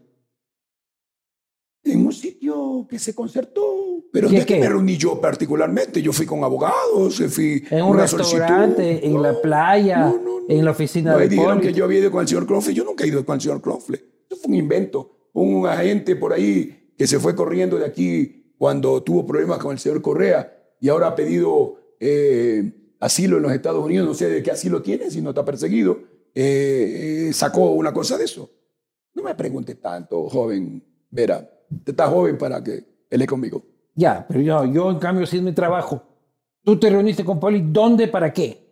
En un sitio que se concertó. Pero ¿Y no a es que qué? me reuní yo particularmente. Yo fui con abogados, eh, fui En un una restaurante, solicitud. en No, la playa, no, no, no. en la oficina No, de y dijeron que Pollitt. yo había ido con el señor Crofle. Yo nunca he ido con el señor Crofle. Eso fue un invento. Un agente por ahí que se fue corriendo de aquí cuando tuvo problemas con el señor Correa y ahora ha pedido eh, asilo en los Estados Unidos. No sé de qué asilo tiene, si no está perseguido. Eh, eh, sacó una cosa de eso. No me pregunte tanto, joven Vera. Usted está joven para que pelee conmigo. Ya, pero yo, yo en cambio sí es mi trabajo. Tú te reuniste con Pollitt, ¿dónde, para qué?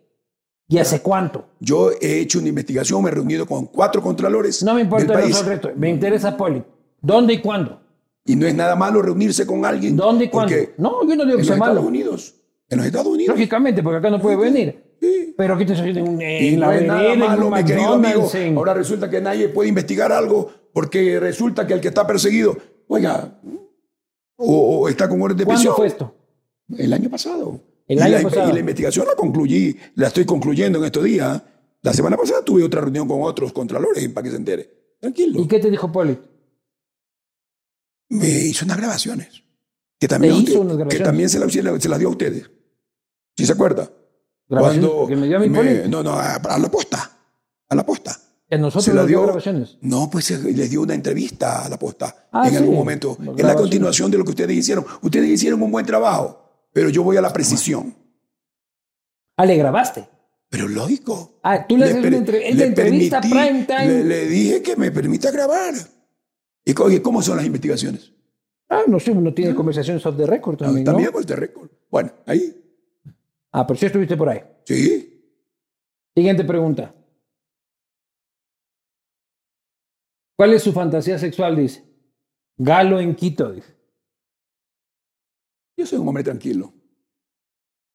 ¿Y hace cuánto? Yo he hecho una investigación, me he reunido con cuatro contralores No me del importa país. los retos, me interesa Pollitt. ¿Dónde y cuándo? Y no es nada malo reunirse con alguien. ¿Dónde y cuándo? porque No, yo no digo En que los sea Estados malo. Unidos. En los Estados Unidos. Lógicamente, porque acá no puede venir. Sí. Pero aquí te estoy en, un- en Y la no es nada vereda, en malo, un mi querido amigo. McDonald's, en- Ahora resulta que nadie puede investigar algo porque resulta que el que está perseguido, oiga, o, o está con orden de ¿Cuándo prisión. fue esto? El año pasado. El Y año la- pasado. Y la investigación la concluí, la estoy concluyendo en estos días. La semana pasada tuve otra reunión con otros contralores para que se entere. Tranquilo. ¿Y qué te dijo Pollitt? me hizo unas grabaciones. Que también, Te a hizo usted- unas grabaciones. Que también se, la- se la- se las dio a ustedes. ¿Sí se acuerda? Grabaciones Cuando que me dio a mi Pollitt. No, no, a, a la posta. A la posta. Que a nosotros se la nos dio dio- grabaciones. No, pues se- les dio una entrevista a la posta Ah, en sí. algún momento. Las Es la grabaciones. continuación de lo que ustedes hicieron. Ustedes hicieron un buen trabajo, pero yo voy a la precisión. Ah, le grabaste. Pero lógico. Ah, tú le haces per- una entre- es la le entrevista permití- prime time. Le, le dije que me permita grabar. ¿Y co- y cómo son las investigaciones? Ah, Ah, no sé, uno tiene conversaciones off the record también, ¿no? También con el récord. Bueno, ahí. Ah, pero sí estuviste por ahí. Sí. Siguiente pregunta. ¿Cuál es su fantasía sexual? Dice. Galo en Quito, dice. Yo soy un hombre tranquilo.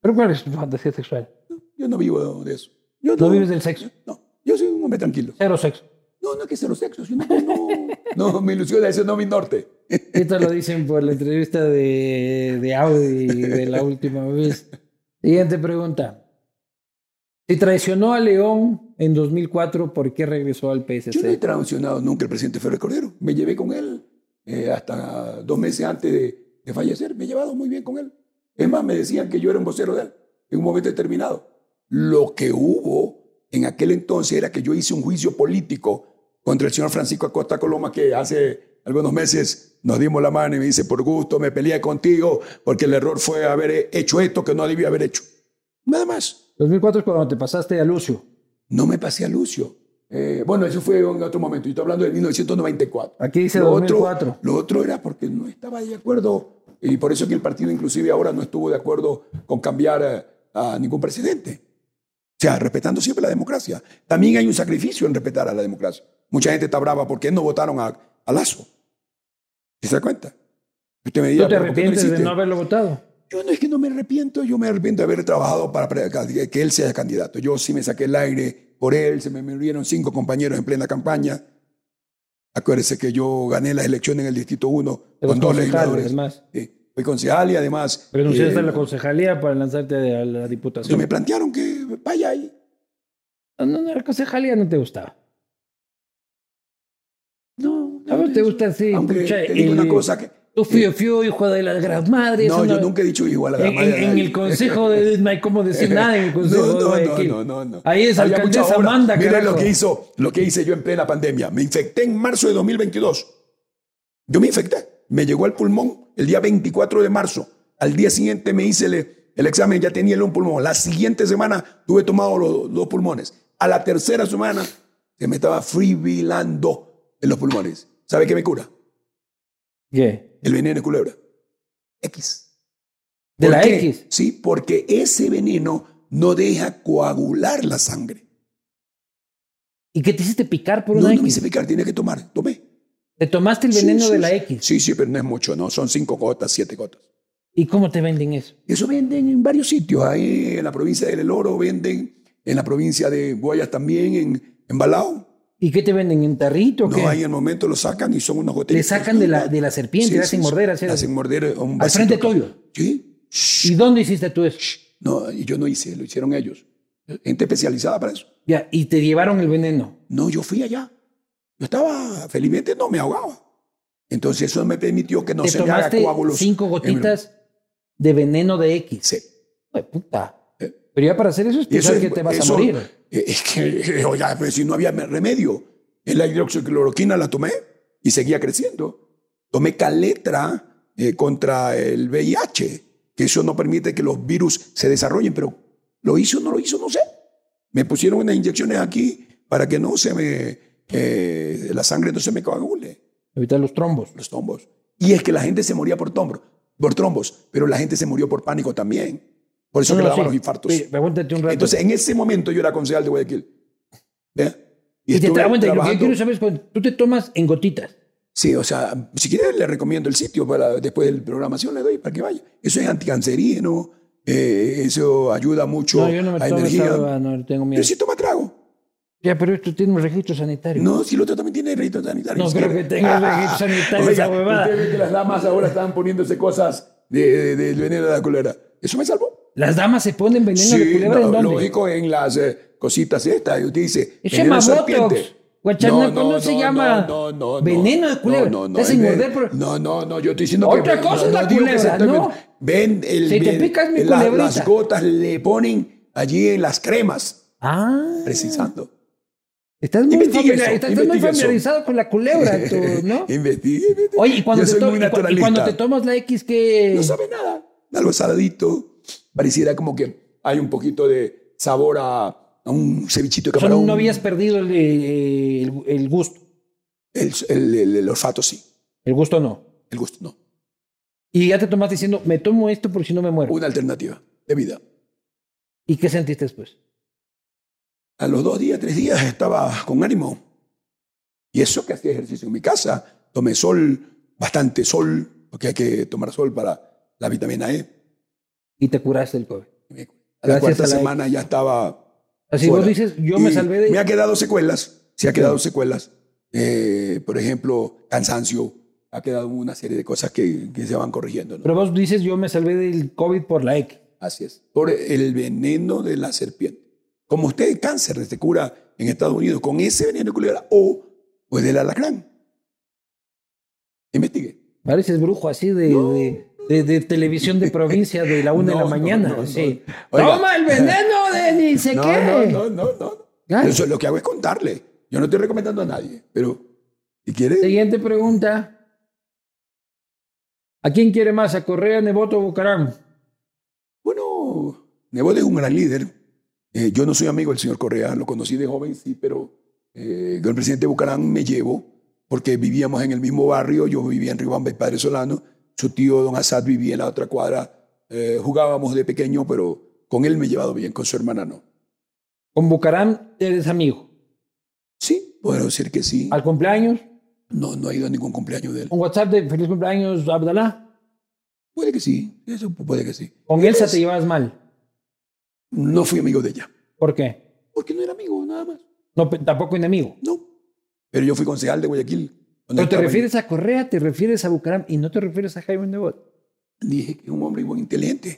¿Pero cuál es tu fantasía sexual? Yo no vivo de eso. Yo ¿No vives del sexo? No, yo soy un hombre tranquilo. Cero sexo. No, no es que sea los sexos, sino que no, (laughs) no me ilusiona, ese no es mi norte. Esto lo dicen por la entrevista de, de Audi de la última vez. Siguiente pregunta. Si traicionó a León en 2004, ¿por qué regresó al PSC? Yo no he traicionado nunca al presidente Ferrer Cordero. Me llevé con él eh, hasta dos meses antes de, de fallecer. Me he llevado muy bien con él. Es más, me decían que yo era un vocero de él en un momento determinado. Lo que hubo en aquel entonces era que yo hice un juicio político contra el señor Francisco Acosta Coloma, que hace algunos meses nos dimos la mano y me dice, por gusto, me peleé contigo porque el error fue haber hecho esto que no debía haber hecho. Nada más. 2004 es cuando te pasaste a Lucio. No me pasé a Lucio. Eh, bueno, eso fue en otro momento. Yo estoy hablando de 1994. Aquí dice Lo otro- 2004. lo otro era porque no estaba de acuerdo y por eso que el partido inclusive ahora no estuvo de acuerdo con cambiar eh, a, ningún presidente. O sea, respetando siempre la democracia. También hay un sacrificio en respetar a la democracia. Mucha gente está brava porque no votaron a, a Lazo. ¿Sí ¿Se da cuenta? Usted me dirá, ¿Tú te "¿Pero por qué lo arrepientes de hiciste?". no haberlo votado? Yo no es que no me arrepiento, yo me arrepiento de haber trabajado para pre- que que él sea candidato. Yo sí me saqué el aire por él, se me murieron cinco compañeros en plena campaña. Acuérdese que yo gané las elecciones en el Distrito 1 De los con dos concejales, legisladores. además. Sí, fui concejal y además Renunciaste eh, a la concejalía para lanzarte a la se diputación. me plantearon que vaya ahí. No, no, la concejalía no te gustaba. No, A vos te gusta así. Aunque pucha, te digo una el- cosa que... Eh, Tú fío, fío, hijo de las gran madres. No, anda- yo nunca he dicho igual a la En, madre de en- en nadie. el consejo de. No hay cómo decir nada en el consejo (laughs) No, de no, no, Guayaquil. no, no, no. Ahí es Había mucha alcaldesa obra. Amanda, Miren carajo. lo que hizo, lo que hice yo en plena pandemia. Me infecté en marzo de 2022. Yo me infecté. Me llegó al pulmón el día 24 de marzo. Al día siguiente me hice el, el examen, ya tenía el un pulmón. La siguiente semana tuve tomado los dos pulmones. A la tercera semana se me estaba frivilando en los pulmones. ¿Sabe qué me cura? ¿Qué? El veneno de culebra. X. De ¿Por la qué? X. Sí, porque ese veneno no deja coagular la sangre. ¿Y qué te hiciste picar por no, una no me X? hice picar, tenía que tomar. Tomé. Te tomaste el Sí, veneno sí, de la sí. X. Sí, sí, pero no es mucho, ¿no? Son cinco gotas, siete gotas. ¿Y cómo te venden eso? Eso venden en varios sitios. Ahí en la provincia del El Oro venden, en la provincia de Guayas también, en, en Balao. ¿Y qué te venden? ¿En tarrito? o No, qué? ahí en el momento lo sacan y son unos goteros. Le sacan de la, de la serpiente, Sí, le sí, hacen sí. morder. así. Le hacen morder a un Al vasito frente acá. tuyo. Sí. Shh, ¿Y dónde hiciste tú eso? No, y yo no hice, lo hicieron ellos. Gente especializada para eso. Ya, y te llevaron el veneno. No, yo fui allá. Yo estaba, felizmente no me ahogaba. Entonces eso me permitió que no te se me haga tomaste coágulos. cinco en el- gotitas de veneno de X. Sí. Hijo de puta. Pero ya para hacer eso es pensar que te vas Eh, eso- a morir. eh, Es que, oiga, pero si no había me- remedio. Eh, La hidroxicloroquina la tomé y seguía creciendo. Tomé caletra eh, contra el VIH, que eso no permite que los virus se desarrollen, pero lo hizo o no lo hizo, no sé. Me pusieron unas inyecciones aquí para que no se me, eh, la sangre no se me coagule Evitar los trombos. los tombos. Y es que la gente se moría por tombos, por trombos, pero la gente se murió por pánico también. Por eso No, que no, le daban sí. los infartos. Oye, aguántate un rato. Entonces, en ese momento yo era concejal de Guayaquil. ¿Ve? y te estuve tra- aguanta, lo que trabajando- quiero saber es cuando tú te tomas en gotitas. Sí, o sea, si quiere le recomiendo el sitio para después de la programación le doy para que vaya. Eso es anticancerígeno, eh, eso ayuda mucho No, yo no me a tomo energía. esa huevada, no, tengo miedo. Pero si toma trago. Ya, pero esto tiene un registro sanitario. No, si el otro también tiene registro sanitario. No si creo quiere. que tenga (laughs) registro sanitario Oiga, esa huevada. Usted ve que las damas ahora están poniéndose cosas de, de- del veneno de la cólera. Eso me salvó. Las damas se ponen veneno de culebra no, en dónde? lógico en las eh, cositas estas. Y usted dice. Se veneno llama de serpiente. Botox. Guachanaco no se llama veneno de culebra. No, no, no. Te hacen el ven- morder por- No, no, no. Yo estoy diciendo Otra cosa es la digo que se culebra, estoy- ¿no? Ven, el, Si te ven- picas mi la- culebrita. Las gotas le ponen allí en las cremas, Ah, precisando. estás muy, Investigue familiar- eso, estás muy investigue eso. familiarizado con la culebra, (laughs) tú, ¿no? Investigue, investigue. Oye, y cuando, Yo te soy to- y muy cu- y naturalista. cuando te tomas la X, que no sabe nada. Algo saladito. Pareciera como que hay un poquito de sabor a, a un cevichito de camarón. no habías perdido el, el- el gusto. el, el- el- el olfato sí, El gusto no. el gusto no. Y ya te tomas diciendo, me tomo esto por si no me muero. Una alternativa de vida. ¿Y qué sentiste después? A los dos días, tres días estaba con ánimo. Y eso que hacía ejercicio en mi casa. Tomé sol, bastante sol, porque hay que tomar sol para la vitamina E. Y te curaste del COVID. A la Gracias cuarta a la E. semana ya estaba Así fuera. vos dices, yo me Y salvé de... Me ha quedado secuelas, sí ha quedado secuelas. Eh, por ejemplo, cansancio, ha quedado una serie de cosas que, que se van corrigiendo. ¿no? Pero vos dices, yo me salvé del COVID por la X. Así es. Por el veneno de la serpiente. Como usted el cáncer se cura en Estados Unidos con ese veneno de culebra o pues del alacrán. Investigue. Pareces brujo así de, de, de- de televisión de provincia de la una de No, la no, mañana. no, no. sí. Oiga. Toma el veneno de ni sé (laughs) No, qué. no, no, no, no. Claro. Eso, lo que hago es contarle. Yo no estoy recomendando a nadie, pero si quiere, Siguiente pregunta. ¿A quién quiere más? ¿A Correa, Neboto o Bucaram? Bueno, Nebot es un gran líder. Eh, yo no soy amigo del señor Correa, lo conocí de joven, sí, pero eh, con el presidente Bucarán me llevo porque vivíamos en el mismo barrio, yo vivía en Ribamba y Padre Solano, su tío Don Asad vivía en la otra cuadra, eh, jugábamos de pequeño, pero con él me he llevado bien, con su hermana no. Con Bucaram eres amigo. Sí, puedo decir que sí. Al cumpleaños, No, no ha ido a ningún cumpleaños de él. un WhatsApp de feliz cumpleaños, Abdalá. Puede que sí, eso puede que sí. Con Elsa te llevas mal. No fui amigo de ella, ¿Por qué? porque no era amigo, nada más. No, pe- tampoco enemigo. No, pero yo fui concejal de Guayaquil. cuando Pero te estaba en- refieres a Correa, te refieres a Bucaram y no te refieres a Jaime Nebot. Dije que es un hombre muy inteligente,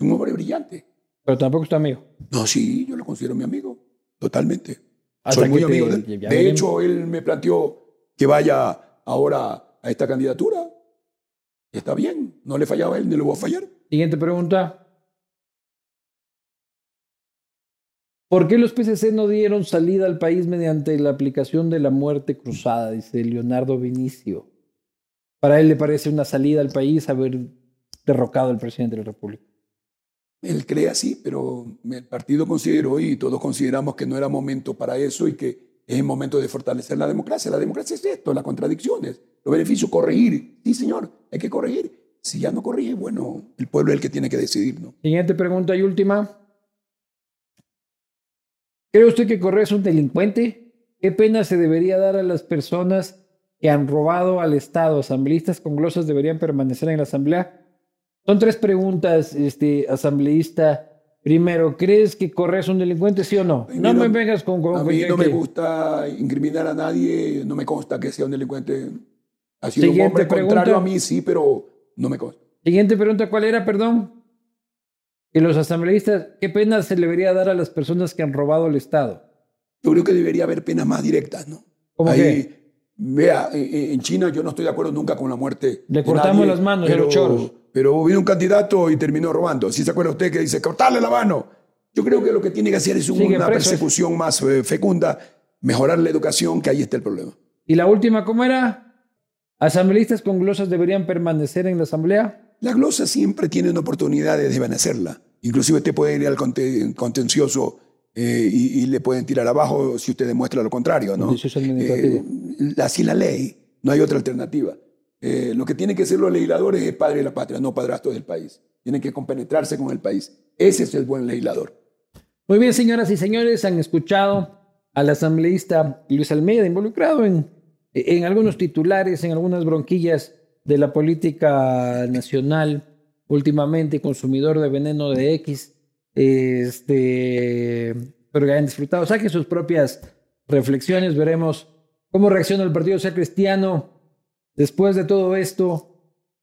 un hombre brillante. Pero tampoco es tu amigo. No, sí, yo lo considero mi amigo, totalmente. Hasta Soy muy que te- amigo de él. ya De veremos. hecho, él me planteó que vaya ahora a esta candidatura. Está bien, no le fallaba a él, ni le voy a fallar. Siguiente pregunta. ¿Por qué los PCC no dieron salida al país mediante la aplicación de la muerte cruzada? Dice Leonardo Vinicio. Para él le parece una salida al país haber derrocado al presidente de la República. Él cree así, pero el partido consideró y todos consideramos que no era momento para eso y que es el momento de fortalecer la democracia. La democracia es esto, las contradicciones, los beneficios, corregir. Sí, señor, hay que corregir. Si ya no corrige, bueno, el pueblo es el que tiene que decidir, ¿no? Siguiente pregunta y última. ¿Cree usted que Correa es un delincuente? ¿Qué pena se debería dar a las personas que han robado al Estado? ¿Asambleístas con glosas deberían permanecer en la Asamblea? Son tres preguntas, este, asambleísta. Primero, ¿crees que Correa es un delincuente, sí o no? Ay, no mira, me vengas con... con- A mí con- no me que- gusta incriminar a nadie, no me consta que sea un delincuente. Ha sido un Siguiente hombre contrario pregunta. a mí, sí, pero no me consta. Siguiente pregunta, ¿cuál era, perdón? Que los asambleístas, ¿qué pena se le debería dar a las personas que han robado el Estado? Yo creo que debería haber penas más directas, ¿no? ¿Cómo Vea, en en China yo no estoy de acuerdo nunca con la muerte. Le de cortamos las manos a los choros. Pero vino un candidato y terminó robando. Si se acuerda usted que dice, cortarle la mano. Yo creo que lo que tiene que hacer es un- Sigue una preso, eh. persecución más eh, fecunda, mejorar la educación, que ahí está el problema. Y la última, ¿cómo era? ¿Asambleístas con glosas deberían permanecer en la asamblea? La glosa siempre tiene una oportunidad de desvanecerla. Inclusive usted puede ir al conte- contencioso eh, y, y le pueden tirar abajo si usted demuestra lo contrario, ¿no? Contencioso administrativo. Eh, así la ley, no hay otra alternativa. Eh, lo que tienen que ser los legisladores es padre de la patria, no padrastros del país. Tienen que compenetrarse con el país. Ese es el buen legislador. Muy bien, señoras y señores, han escuchado al asambleísta Luis Almeida involucrado en, en algunos titulares, en algunas bronquillas de la política nacional, últimamente consumidor de veneno de X. Este, espero que hayan disfrutado. Saquen sus propias reflexiones, veremos cómo reacciona el Partido Social Cristiano después de todo esto.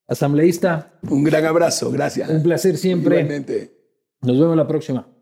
Asambleísta, Un gran abrazo, gracias. un placer siempre. Igualmente. Nos vemos la próxima.